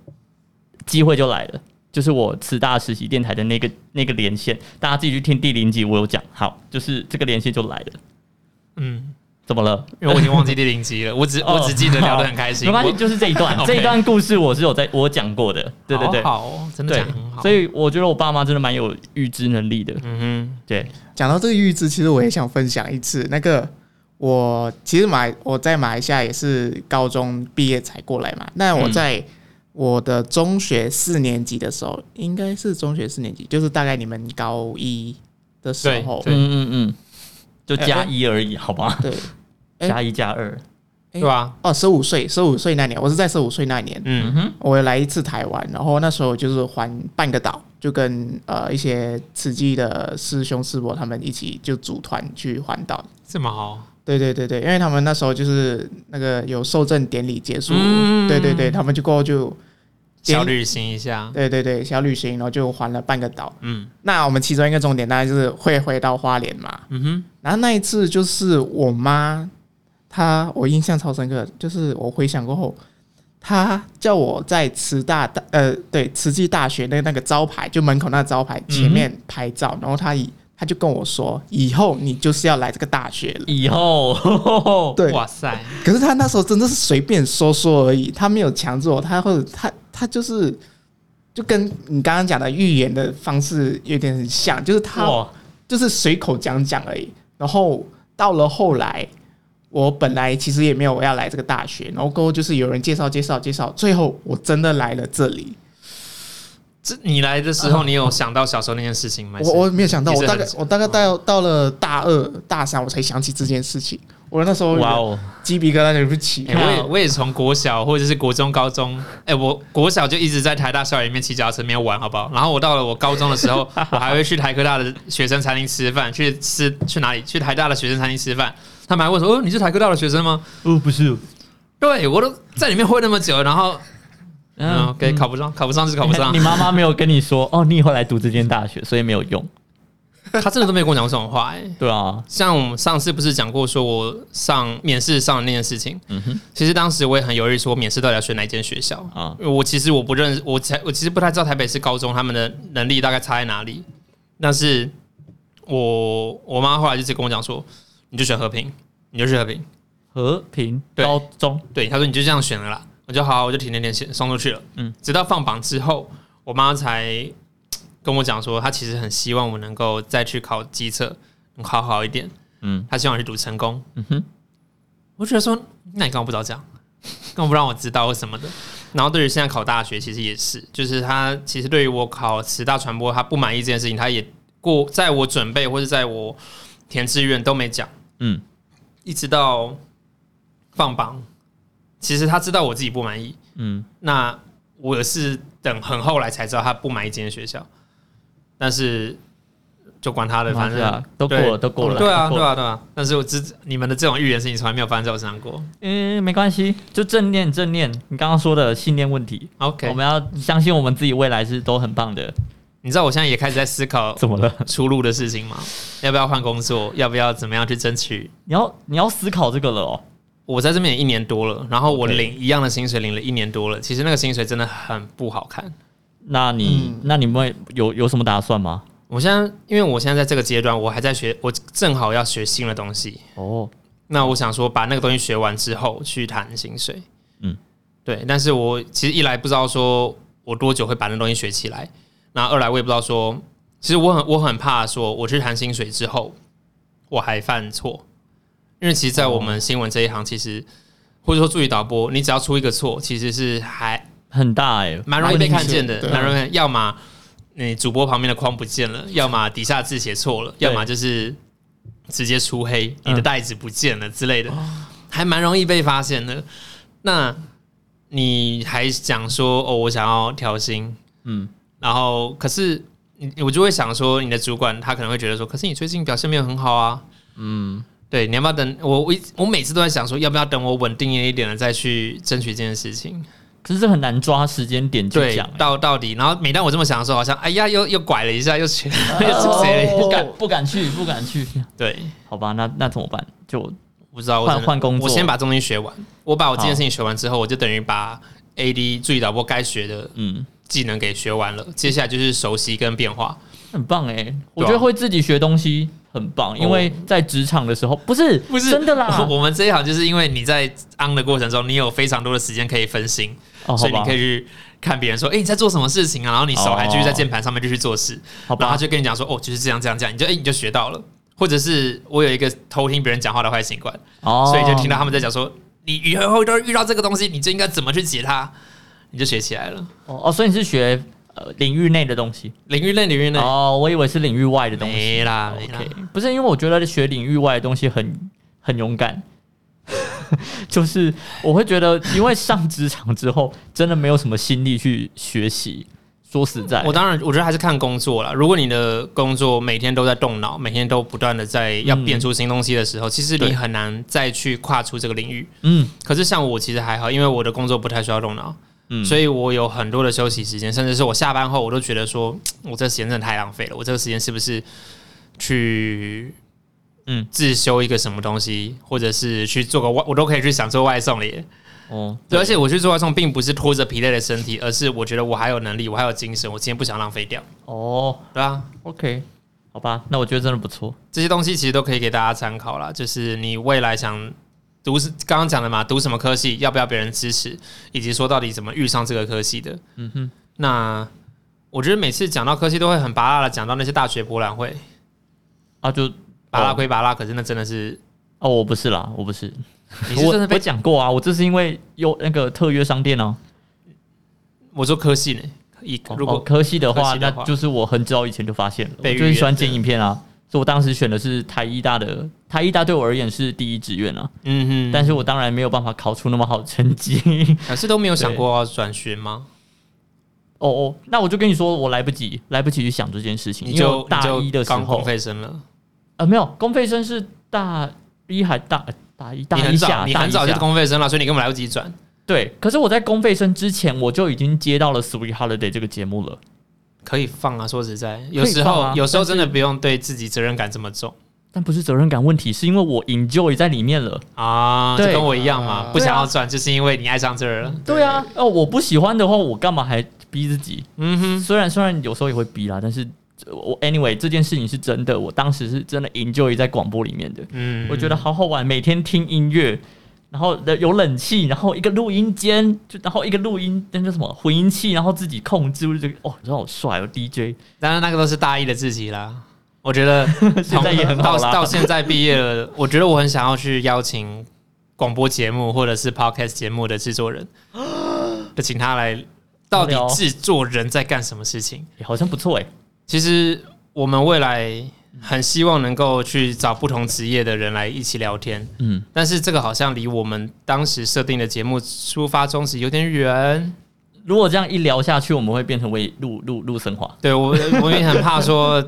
Speaker 1: 机会就来了，就是我慈大实习电台的那个那个连线，大家自己去听第零集，我有讲。好，就是这个连线就来了，
Speaker 3: 嗯，
Speaker 1: 怎么了？
Speaker 3: 因为我已经忘记第零
Speaker 1: <laughs>
Speaker 3: 集了，我只我只记得聊得很开
Speaker 1: 哦
Speaker 3: 心。
Speaker 1: 没关系，
Speaker 3: 我
Speaker 1: 就是这一段
Speaker 3: <laughs> OK，
Speaker 1: 这一段故事我是有在我讲过的，对对对，
Speaker 3: 好好哦，真的
Speaker 1: 对
Speaker 3: 讲得很，好。
Speaker 1: 所以我觉得我爸妈真的蛮有预知能力的，
Speaker 3: 嗯
Speaker 1: 对，
Speaker 2: 讲到这个预知，其实我也想分享一次。那个我其实马来我在马来西亚也是高中毕业才过来嘛。那
Speaker 1: 嗯
Speaker 2: 我在我的中学四年级的时候，应该是中学四年级，就是大概你们高一的时候，
Speaker 3: 对
Speaker 1: 嗯嗯嗯，就
Speaker 2: 哎
Speaker 1: 加
Speaker 2: 哎
Speaker 1: 一而已，好吧，
Speaker 2: 对哎
Speaker 1: 加一加二，
Speaker 3: 哼，对吧？
Speaker 2: 哦，十五岁，十五岁那年，我是在十五岁那年，
Speaker 3: 嗯，
Speaker 2: 我有来一次台湾，然后那时候就是环半个岛，就跟呃一些慈济的师兄师伯他们一起就组团去环岛
Speaker 3: 这么好，
Speaker 2: 对对对对，因为他们那时候就是那个有受证典礼结束，
Speaker 3: 嗯
Speaker 2: 对对对，他们就过后就
Speaker 3: 小旅行一下。
Speaker 2: 对对对小旅行，然后就环了半个岛。
Speaker 3: 啊嗯
Speaker 2: 那我们其中一个重点当然就是会回到花莲嘛。
Speaker 3: 嗯哼，
Speaker 2: 然后那一次就是我妈，她我印象超深刻，就是我回想过后，她叫我在慈大大呃对慈济大学的那个招牌，就门口那个招牌前面拍照，然后她以她就跟我说，以后你就是要来这个大学了。
Speaker 1: 以后
Speaker 2: 对，
Speaker 3: 哇塞，
Speaker 2: 可是他那时候真的是随便说说而已，他没有强制我，他或者他他就是就跟你刚刚讲的预言的方式有点很像，就是他
Speaker 1: 哇，
Speaker 2: 就是随口讲讲而已。然后到了后来，我本来其实也没有要来这个大学，然后过后就是有人介绍介绍介绍，最后我真的来了这里。
Speaker 3: 这你来的时候，你有想到小时候那件事情吗？
Speaker 2: 我我没有想到，
Speaker 3: 也
Speaker 2: 我
Speaker 3: 是
Speaker 2: 大
Speaker 3: 很哦
Speaker 2: 概我大概到到了大二大三我才想起这件事情，我那时候
Speaker 1: 哇哦，
Speaker 2: 鸡皮疙瘩就不起
Speaker 3: 哎、。我也我也从国小或者是国中、高中，哎、我国小就一直在台大校园里面骑脚踏车，没有玩，好不好？然后我到了我高中的时候，
Speaker 1: <laughs>
Speaker 3: 我还会去台科大的学生餐厅吃饭，去吃去哪里？去台大的学生餐厅吃饭，他们还问说：“哦，你是台科大的学生吗
Speaker 1: 哦不是，？”
Speaker 3: 对我都在里面混那么久，然后嗯，给、考不上，考不上就是考不上
Speaker 1: <laughs>
Speaker 3: <laughs>
Speaker 1: 你。妈妈没有跟你说哦，你以后来读这间大学，所以没有用，
Speaker 3: 他真的都没有跟我讲过这种话、哎，
Speaker 1: 对啊，
Speaker 3: 像我们上次不是讲过，说我上免试上的那件事情，
Speaker 1: 嗯哼，
Speaker 3: 其实当时我也很犹豫，说免试到底要选哪一间学校。
Speaker 1: 啊，
Speaker 3: 我其实我不认识，我才我其实不太知道台北市高中他们的能力大概差在哪里。但是我我妈后来就直接跟我讲说，你就选和平，你就去和平。
Speaker 1: 和平
Speaker 3: 对
Speaker 1: 高中，
Speaker 3: 对，她说你就这样选了啦。我就好，我就停点点写送出去了。嗯
Speaker 1: 嗯，
Speaker 3: 直到放榜之后，我妈才嘖跟我讲说，她其实很希望我能够再去考机测，能考好一点。
Speaker 1: 嗯
Speaker 3: 她希望我去读成功。
Speaker 1: 嗯哼，
Speaker 3: 我觉得说，那你干嘛不早讲？干嘛不让我知道或什么的？然后对于现在考大学，其实也是，就是他其实对于我考十大传播，他不满意这件事情，他也过在我准备或者在我填志愿都没讲，
Speaker 1: 嗯，
Speaker 3: 一直到放榜，其实他知道我自己不满意，
Speaker 1: 嗯，
Speaker 3: 那我是等很后来才知道他不满意这间学校，但是就管他的，反正
Speaker 1: 马来西亚都过了，
Speaker 3: 对
Speaker 1: 都过了，
Speaker 3: 对啊，
Speaker 1: 都过
Speaker 3: 对
Speaker 1: 了，
Speaker 3: 啊，对啊。但是我知你们的这种预言事情从来没有发生在我身上过。
Speaker 1: 嗯，没关系，就正念，正念，你刚刚说的信念问题。
Speaker 3: OK，
Speaker 1: 我们要相信我们自己未来是都很棒的。
Speaker 3: 你知道我现在也开始在思考
Speaker 1: 怎么了？
Speaker 3: 出路的事情吗？要不要换工作？要不要怎么样去争取？
Speaker 1: 你要你要思考这个了哦。
Speaker 3: 我在这边也一年多了，然后我
Speaker 1: OK
Speaker 3: 领一样的薪水领了一年多了，其实那个薪水真的很不好看。
Speaker 1: 那你、那你们有有什么打算吗？
Speaker 3: 我现在因为我现在在这个阶段，我还在学，我正好要学新的东西，
Speaker 1: 哦，
Speaker 3: 那我想说把那个东西学完之后去谈薪水。
Speaker 1: 嗯，
Speaker 3: 对，但是我其实一来不知道说我多久会把那东西学起来，那二来我也不知道说，其实我很我很怕说我去谈薪水之后我还犯错，因为其实，在我们新闻这一行，其实或者说助理导播，你只要出一个错，其实是还
Speaker 1: 很大哎、
Speaker 3: 蛮容易被看见的，
Speaker 2: 对啊
Speaker 3: 蛮容易看，要么你主播旁边的框不见了，要么底下字写错了，
Speaker 1: 对
Speaker 3: 要么就是直接出黑，
Speaker 1: 嗯
Speaker 3: 你的袋子不见了之类的，还蛮容易被发现的。那你还讲说哦，我想要调薪，
Speaker 1: 嗯，
Speaker 3: 然后可是你我就会想说，你的主管他可能会觉得说，可是你最近表现没有很好啊，
Speaker 1: 嗯，
Speaker 3: 对，你要不要等我？我一我每次都在想说，要不要等我稳定一点了再去争取这件事情。
Speaker 1: 可是这很难抓时间点去
Speaker 3: 对
Speaker 1: 讲，欸、
Speaker 3: 到到底，然后每当我这么想的时候，好像哎呀，又又拐了一下，又去
Speaker 1: <laughs>
Speaker 3: 又
Speaker 1: 哦
Speaker 3: 去谁了一
Speaker 1: 不
Speaker 3: 下？
Speaker 1: 敢不敢去，不敢去。
Speaker 3: 对，
Speaker 1: 好吧，那那怎么办？就
Speaker 3: 不知道我
Speaker 1: 换
Speaker 3: 真的
Speaker 1: 换工作
Speaker 3: 我先把东西学完。我把我这件
Speaker 1: 好
Speaker 3: 事情学完之后，我就等于把 AD 助理导播该学的
Speaker 1: 嗯，
Speaker 3: 技能给学完了。接下来就是熟悉跟变化。
Speaker 1: 很棒哎、
Speaker 3: 啊
Speaker 1: 我觉得会自己学东西很棒，因为在职场的时候不是
Speaker 3: 哦不是
Speaker 1: 真的啦，
Speaker 3: <laughs> 我我们这一行就是因为你在 on 的过程中，你有非常多的时间可以分心，
Speaker 1: 哦，好
Speaker 3: 所以你
Speaker 1: 吧哦
Speaker 3: 可以，去看别人说，哎、你在做什么事情啊？然后你手还继续在键盘上面就去做事。
Speaker 1: 好
Speaker 3: 然后他
Speaker 1: 吧，
Speaker 3: 就跟你讲说，哦，就是这样这样这样，你就哎、你就学到了，或者是我有一个偷听别人讲话的坏习惯，
Speaker 1: 哦
Speaker 3: 所以就听到他们在讲说，你以后都遇到这个东西，你就应该怎么去解它，你就学起来了。
Speaker 1: 哦哦，所以你是学呃领域内的东西
Speaker 3: 领域内，领域内，
Speaker 1: 哦，我以为是领域外的东西。
Speaker 3: 没啦没啦
Speaker 1: OK，，不是因为我觉得学领域外的东西很很勇敢， <laughs> 就是我会觉得，因为上职场之后，真的没有什么心力去学习。说实在，
Speaker 3: 我当然我觉得还是看工作啦。如果你的工作每天都在动脑，每天都不断的在要
Speaker 1: 嗯
Speaker 3: 变出新东西的时候，其实你
Speaker 1: 对
Speaker 3: 很难再去跨出这个领域。
Speaker 1: 嗯
Speaker 3: 可是像我其实还好，因为我的工作不太需要动脑。
Speaker 1: 嗯，
Speaker 3: 所
Speaker 1: 以
Speaker 3: 以我有很多的休息时间，甚至是我下班后，我都觉得说，我这时间真的太浪费了，我这个时间是不是去
Speaker 1: 嗯
Speaker 3: 自修一个什么东西，或者是去做个外，我都可以去想做外送了耶。
Speaker 1: 哦，
Speaker 3: 对，而且我去做外送，并不是拖着疲累的身体，而是我觉得我还有能力，我还有精神，我今天不想浪费掉，
Speaker 1: 哦
Speaker 3: 对啊。
Speaker 1: ，OK，好吧，那我觉得真的不错。
Speaker 3: 这些东西其实都可以给大家参考啦，就是你未来想读是刚刚讲的嘛，读什么科系，要不要别人支持，以及说到底怎么遇上这个科系的。嗯哼，那我觉得每次讲到科系都会很拔辣的讲到那些大学博览会，
Speaker 1: 啊，就
Speaker 3: 拔辣
Speaker 1: 哦
Speaker 3: 归拔辣，可是那真的是
Speaker 1: 哦，我不是啦，我不
Speaker 3: <laughs>
Speaker 1: 是，
Speaker 3: 你是真的
Speaker 1: 我我
Speaker 3: 被
Speaker 1: 讲过啊，我这是因为有那个特约商店哦、
Speaker 3: 我说科系呢，以
Speaker 1: 哦
Speaker 3: 如果、
Speaker 1: 哦科系的
Speaker 3: 科
Speaker 1: 话，
Speaker 3: 系的
Speaker 1: 那
Speaker 3: 话
Speaker 1: 就是我很早以前就发现了，我
Speaker 3: 被
Speaker 1: 就很喜欢
Speaker 3: 预约
Speaker 1: 剪
Speaker 3: 对
Speaker 1: 影片啊，所以我当时选的是台医大的，台医大对我而言是第一志愿啊，
Speaker 3: 嗯哼，
Speaker 1: 但是我当然没有办法考出那么好的成绩。 <laughs>
Speaker 3: 可是都没有想过要转学吗？
Speaker 1: 哦哦，那我就跟你说，我来不及，来不及去想这件事情，
Speaker 3: 你
Speaker 1: 因为
Speaker 3: 就
Speaker 1: 我大
Speaker 3: 你就
Speaker 1: 一的时
Speaker 3: 刚公
Speaker 1: 候，
Speaker 3: 费生了，
Speaker 1: 呃，没有，公费生是大一还大呃大一大
Speaker 3: 你
Speaker 1: 一
Speaker 3: 很早
Speaker 1: 下，
Speaker 3: 你
Speaker 1: 大
Speaker 3: 很
Speaker 1: 一
Speaker 3: 早就
Speaker 1: 下
Speaker 3: 是公费生了，所以你根本来不及转。
Speaker 1: 对，可是我在公费生之前，我就已经接到了《Sweet Holiday》这个节目了。
Speaker 3: 可以放啊，说实在，有时
Speaker 1: 可以
Speaker 3: 候、
Speaker 1: 放啊
Speaker 3: 有时候真的不用对自己责任感这么重。
Speaker 1: 但不是责任感问题，是因为我 enjoy 在里面了。
Speaker 3: 啊，就
Speaker 1: 对
Speaker 3: 跟我一样嘛，
Speaker 2: 啊
Speaker 3: 不想要转，就是因为你爱上这儿了。
Speaker 1: 对啊，哦，我不喜欢的话，我干嘛还逼自己？
Speaker 3: 嗯哼，
Speaker 1: 虽然虽然有时候也会逼啦，但是呃我 anyway 这件事情是真的，我当时是真的 enjoy 在广播里面的，
Speaker 3: 嗯，
Speaker 1: 我觉得好好玩，每天听音乐，然后呃有冷气，然后一个录音间，就然后一个录音那叫什么混音器，然后自己控制，我就觉得哦，你知道好帅哦，DJ
Speaker 3: 当然那个都是大一的自己啦。我觉得
Speaker 1: <laughs> 现在也很好
Speaker 3: 到
Speaker 1: 啦
Speaker 3: 到现在毕业了，我觉得我很想要去邀请广播节目或者是 podcast 节目的制
Speaker 1: <gasps>
Speaker 3: 作人，就请他来，到底
Speaker 1: 聊聊
Speaker 3: 制作人在干什么事情？
Speaker 1: 也好像不错哎，
Speaker 3: 其实我们未来很希望能够去找不同职业的人来一起聊天，
Speaker 1: 嗯，
Speaker 3: 但是这个好像离我们当时设定的节目出发宗旨有点远。
Speaker 1: 如果这样一聊下去，我们会变成为陆陆陆生华。
Speaker 3: 对我，我也很怕说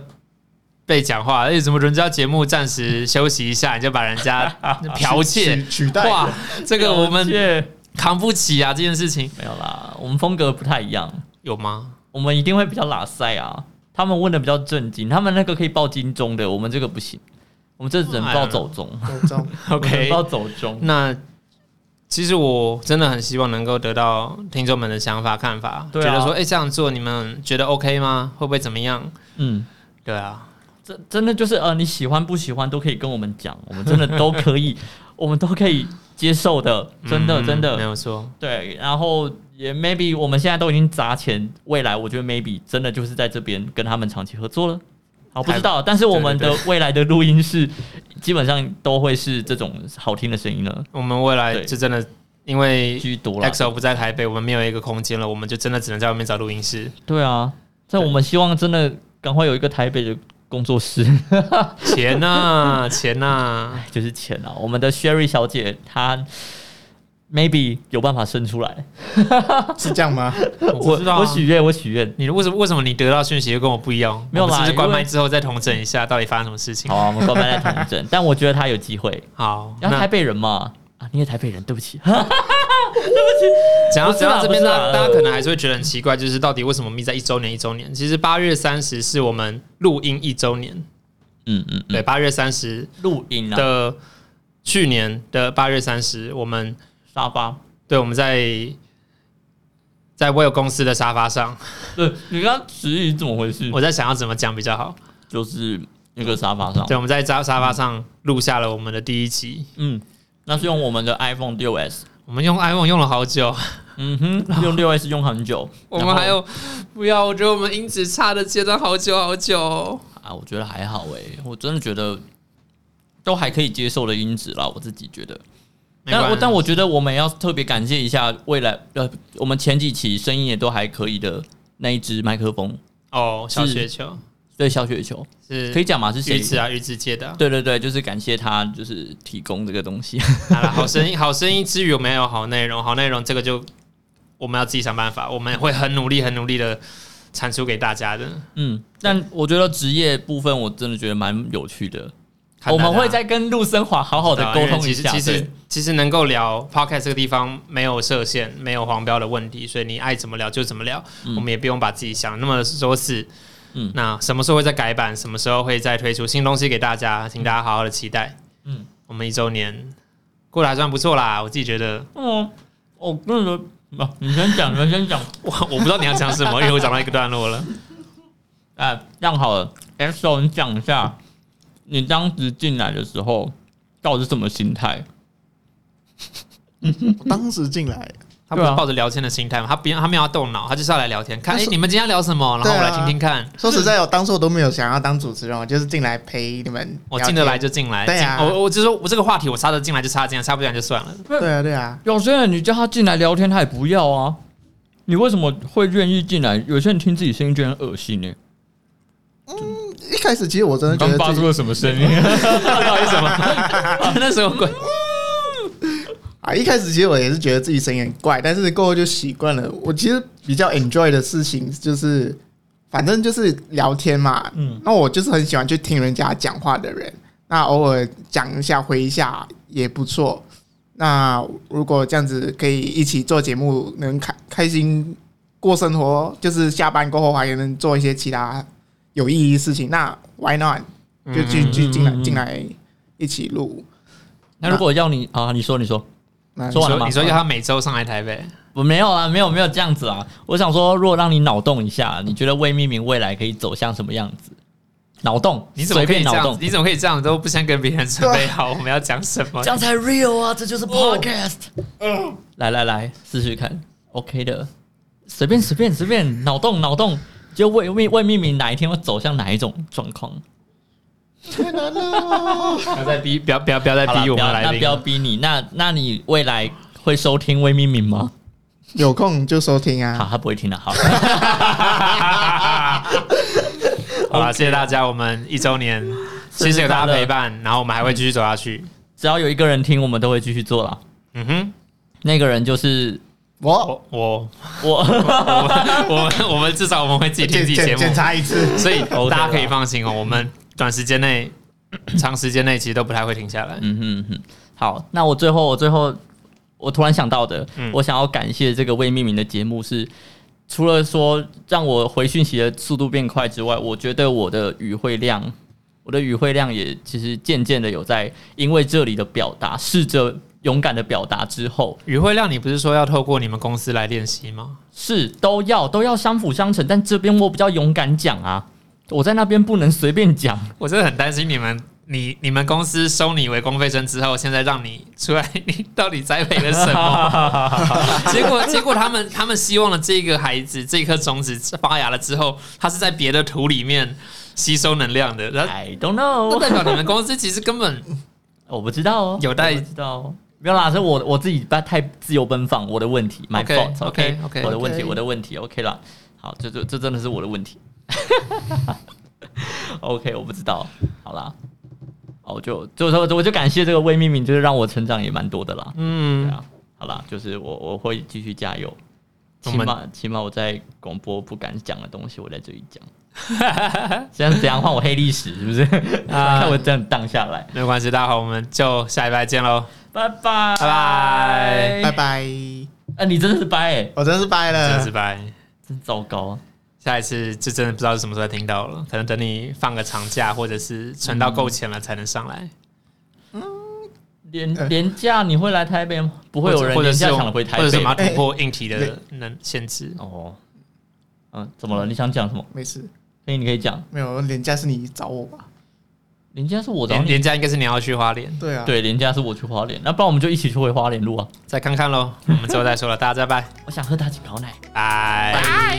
Speaker 3: 被讲话，哎，怎么人家节目暂时休息一下，你就把人
Speaker 1: <laughs>
Speaker 3: 家剽窃？
Speaker 2: 取取代
Speaker 3: 哇，这个我们
Speaker 1: 谢
Speaker 3: 扛不起啊！这件事情
Speaker 1: 没有啦，我们风格不太一样，
Speaker 3: 有吗？
Speaker 1: 我们一定会比较拉塞啊。他们问的比较正经，他们那个可以报金钟
Speaker 3: 哦哎
Speaker 1: 的，我们这个不行，我们这只能报走中
Speaker 2: 这种
Speaker 1: <laughs> 我们只能
Speaker 3: OK
Speaker 1: 报走中。
Speaker 3: 那其实我真的很希望能够得到听众们的想法、看法，
Speaker 1: 对啊
Speaker 3: 觉得说，哎、这样做你们觉得 OK 吗？会不会怎么样？
Speaker 1: 嗯，
Speaker 3: 对啊，
Speaker 1: 真真的就是呃，你喜欢不喜欢都可以跟我们讲，我们真的都可
Speaker 3: <laughs>
Speaker 1: 以，我们都可以接受的，真的
Speaker 3: 嗯
Speaker 1: 真的。
Speaker 3: 没有错，
Speaker 1: 对，然后也 maybe 我们现在都已经砸钱，未来我觉得 maybe 真的就是在这边跟他们长期合作了。好，不知道，但是我们的
Speaker 3: 对
Speaker 1: 未来的录音是基本上都会是这种好听的声音了，
Speaker 3: 我们未来
Speaker 1: 对
Speaker 3: 就真的因为
Speaker 1: 居多了。
Speaker 3: XO 不在台北，我们没有一个空间了，我们就真的只能在外面找录音室。 <laughs>
Speaker 1: 对啊，在我们希望真的赶快有一个台北的工作室， <laughs>
Speaker 3: 钱呐、钱呐、
Speaker 1: 就是钱啊。我们的 Sherry 小姐她 maybe 有办法生出来，
Speaker 2: 是这样吗？
Speaker 3: 我不
Speaker 1: 我
Speaker 3: 知道啊、
Speaker 1: 我许愿，我许愿。
Speaker 3: 你为什么为什么你得到讯息又跟我不一样？
Speaker 1: 没有
Speaker 3: 我
Speaker 1: 啦
Speaker 3: 们是不是
Speaker 1: 因为
Speaker 3: 关麦之后再同整一下到底发生什么事情？
Speaker 1: 好、啊，我们关麦来同
Speaker 3: <laughs>
Speaker 1: 整，但我觉得她有机会。
Speaker 3: 好，
Speaker 1: 然后台
Speaker 3: 那
Speaker 1: 北人嘛，啊，你也台北人，对不起。不是啦
Speaker 3: 讲到讲到这边，
Speaker 1: 不是
Speaker 3: 大
Speaker 1: 啦
Speaker 3: 家大家可能还是会觉得很奇怪，就是到底为什么密在一周年一周年？其实八月三十是我们录音一周年，
Speaker 1: 嗯嗯，
Speaker 3: 对，八月三十
Speaker 1: 录音啊，
Speaker 3: 的去年的八月三十，我们
Speaker 1: 沙发。
Speaker 3: 对我们在在 Will 公司的沙发上，
Speaker 1: 对，你刚刚质疑怎么回事？
Speaker 3: 我在想要怎么讲比较好。
Speaker 1: 就是那个沙发上，
Speaker 3: 对，我们在沙沙发上录下了我们的第一集。
Speaker 1: 嗯，那是用我们的 iPhone 六 S，
Speaker 3: 我 <laughs> 们用 iPhone 用了好久，
Speaker 1: 嗯
Speaker 3: <laughs>
Speaker 1: 哼，用六 S 用很久，
Speaker 3: 我们
Speaker 1: 然后
Speaker 3: 还有不要，我觉得我们音质差的阶段好久好久哦、
Speaker 1: 啊，我觉得还好诶、我真的觉得都还可以接受的音质啦，我自己觉得。
Speaker 3: 没
Speaker 1: 但
Speaker 3: 关
Speaker 1: 我
Speaker 3: 系
Speaker 1: 但我觉得我们要特别感谢一下未来呃，我们前几期声音也都还可以的那一只麦克风，
Speaker 3: 哦，小雪球
Speaker 1: 对小雪球
Speaker 3: 是
Speaker 1: 可以讲吗？是谁
Speaker 3: 玉？子啊，玉子借的啊、
Speaker 1: 对对对，就是感谢他，就是提供这个东 <laughs> 西。
Speaker 3: 好了，好声音，好声音之余，我们也有好内容，好内容这个就我们要自己想办法，我们会很努力、很努力的产出给大家的。
Speaker 1: 嗯，但我觉得职业部分我真的觉得蛮有趣的，
Speaker 3: 看
Speaker 1: 我
Speaker 3: 大家
Speaker 1: 们会再跟陆生华好好的沟通一下。
Speaker 3: 啊其实其
Speaker 1: 对啊
Speaker 3: 实其实能够聊 podcast 这个地方没有设限，没有黄标的问题，所以你爱怎么聊就怎么聊，我们也不用把自己想那么说死。
Speaker 1: 嗯
Speaker 3: 嗯，那什么时候会再改版？什么时候会再推出新东西给大家？请大家好好的期待。
Speaker 1: 嗯
Speaker 3: 嗯，我们一周年过得还算不错啦，我自己觉得，
Speaker 1: 嗯，我跟你说，啊你先讲，你先讲。
Speaker 3: 我我不知道你要讲什么，因为我讲到一个段落了。
Speaker 1: 哎，这样好了，XO，你讲一下，你当时进来的时候到底是什么心态？
Speaker 2: 我当时进来，
Speaker 3: 他不是
Speaker 1: 对啊
Speaker 3: 抱着聊天的心态吗？他不要，他没有要动脑，他就是要来聊天，看哎、
Speaker 2: 但
Speaker 3: 诶
Speaker 2: 是
Speaker 3: 你们今天要聊什么，然后
Speaker 2: 对啊
Speaker 3: 我来听听看。
Speaker 2: 说实在，我当初我都没有想要当主持人，我就是进来陪你们。
Speaker 3: 我哦进得来，就进来，
Speaker 2: 对啊
Speaker 3: 进我我就说我这个话题我插得进来就插得进来，插不进来就算了。
Speaker 2: 对啊对啊，
Speaker 1: 有些人你叫他进来聊天，他也不要啊。你为什么会愿意进来？有些人听自己声音就很恶心呢、欸
Speaker 2: 一开始其实我真的觉得自己
Speaker 1: 了什么声音？
Speaker 3: 到底什么？那什么鬼？
Speaker 2: 啊，一开始其实我也是觉得自己声音很怪，但是过后就习惯了。我其实比较 enjoy 的事情就是，反正就是聊天嘛。嗯，那我就是很喜欢去听人家讲话的人，那偶尔讲一下回一下也不错。那如果这样子可以一起做节目，能开开心过生活，就是下班过后还能做一些其他有意义的事情，那 why not？就
Speaker 3: 嗯
Speaker 2: 去去进来进来一起录。
Speaker 1: <laughs> 那如果要你啊，你说你说，
Speaker 2: 那 <laughs>
Speaker 1: 说完了
Speaker 3: 你
Speaker 1: 吗
Speaker 3: 说你说要他每周上来台北，
Speaker 1: 我没有啊，没有没有这样子啊。我想说，如果让你脑洞一下，你觉得未命名未来可以走向什么样子？脑洞，
Speaker 3: 你怎么
Speaker 1: 随
Speaker 3: 可以
Speaker 1: 便
Speaker 3: 这
Speaker 1: 脑
Speaker 3: 样
Speaker 1: 洞？，
Speaker 3: 你怎么可以这样都不先跟别人准备好哦嗯我们要讲什
Speaker 1: <laughs>
Speaker 3: 么
Speaker 1: 这？样才 real 啊，这就是 podcast。来来来，试试看，OK 的，随便随便随便，脑洞脑洞，就未未未命名哪一天会走向哪一种状况？
Speaker 2: 太难了。
Speaker 3: 不要再逼，不要不要不要再
Speaker 1: 好啦
Speaker 3: 逼我
Speaker 1: 不
Speaker 3: 们
Speaker 1: 要
Speaker 3: 来
Speaker 1: 那不要
Speaker 3: <laughs> 宾。
Speaker 1: 逼
Speaker 3: 啊
Speaker 1: 你，那那你未来会收听未命名吗？
Speaker 2: 有空就收听
Speaker 1: 好，
Speaker 2: 啊。
Speaker 1: 他不会听的，
Speaker 3: <laughs>
Speaker 1: 好。
Speaker 3: 好了，谢谢大家，我们一周年，
Speaker 1: 生日
Speaker 3: 谢谢大
Speaker 1: 快
Speaker 3: 家
Speaker 1: 乐
Speaker 3: 陪伴，然后我们还会继续走下去。
Speaker 1: 只要有一个人听，我们都会继续做啦。
Speaker 3: 嗯哼，
Speaker 1: 那个人就是
Speaker 2: 我
Speaker 3: 我 <laughs> 我
Speaker 1: 我。
Speaker 3: 我们我们我们至少我们会自己听
Speaker 2: 检
Speaker 3: 自己节
Speaker 2: 检
Speaker 3: 目，
Speaker 2: 检查一次，
Speaker 3: <laughs> 所以
Speaker 1: OK
Speaker 3: 大家可以
Speaker 1: 啦
Speaker 3: 放心哦，我们短时间内、长时间内其实都不太会停下来。
Speaker 1: 嗯哼嗯哼，好，那我最后我最后我突然想到的，
Speaker 3: 嗯
Speaker 1: 我想要感谢这个未命名的节目是。除了说让我回讯息的速度变快之外，我觉得我的语汇量，我的语汇量也其实渐渐的有在因为这里的表达，试着勇敢的表达之后，
Speaker 3: 语会量，你不是说要透过你们公司来练习吗？
Speaker 1: 是都要都要相辅相成，但这边我比较勇敢讲啊，我在那边不能随便讲。
Speaker 3: 我真的很担心你们，你你们公司收你为公费生之后，现在让你出来， <laughs> 你到底栽培了什么？结果结果他们他们希望的这个孩子，这颗种子发芽了之后，它是在别的土里面吸收能量的，
Speaker 1: <laughs>
Speaker 3: 然后
Speaker 1: I don't
Speaker 3: 不
Speaker 1: know，
Speaker 3: 代表你们公司其实根本
Speaker 1: 我不知道哦，
Speaker 3: 有待
Speaker 1: 我不知道哦。没有啦，是我我自己不太自由奔放，我的问题，my
Speaker 3: OK，
Speaker 1: fault，OK，
Speaker 3: OK，OK，
Speaker 1: 我的问题，
Speaker 2: OK
Speaker 1: 我的问题，OK 啦。好，这这这真的是我的问题。OK，我不知道，好啦，哦，就就说我就感谢这个微命名，就是让我成长也蛮多的啦。对
Speaker 3: 嗯，
Speaker 1: 啊，好啦，就是我我会继续加油。
Speaker 3: 我
Speaker 1: 起
Speaker 3: 们
Speaker 1: 码起码我在广播不敢讲的东西，我在这里讲。 <laughs> 现在怎样换我黑历史是不是？<laughs>
Speaker 3: 啊
Speaker 1: 看我这样荡下来，
Speaker 3: 没有关系，大家好，我们就下礼拜见喽。
Speaker 1: 拜拜
Speaker 3: 拜拜
Speaker 2: 拜。拜，
Speaker 1: 啊，你真的是拜、欸，
Speaker 2: 我真是拜
Speaker 3: 真
Speaker 2: 了
Speaker 3: 是。拜。
Speaker 1: 真糟糕。
Speaker 3: 下一次就真的不知道是什么时候才听到了，可能等你放个长假，或者是存到够钱了才能上来。
Speaker 1: 廉
Speaker 2: 呃
Speaker 1: 廉价你会来台北吗？不会有人
Speaker 3: 或者
Speaker 1: 廉
Speaker 3: 是
Speaker 1: 价
Speaker 3: 我
Speaker 1: 想回台
Speaker 3: 或者是
Speaker 1: 北
Speaker 3: 我
Speaker 1: 吗
Speaker 3: 们要突破硬体的能限制。
Speaker 1: 哦，嗯，怎么了？你想讲什么？
Speaker 2: 没事，
Speaker 1: 所以你可以讲。
Speaker 2: 没有廉价是你找我吧？
Speaker 1: 廉价是我找
Speaker 3: 廉
Speaker 1: 你，
Speaker 3: 廉价应该是你要去花莲，
Speaker 2: 对啊，
Speaker 1: 对，廉价是我去花莲，那不然我们就一起去回花莲路啊！ <laughs>
Speaker 3: 再看看喽。我们之后再说了，大家再拜
Speaker 1: 我想喝大井烤奶。
Speaker 3: 拜。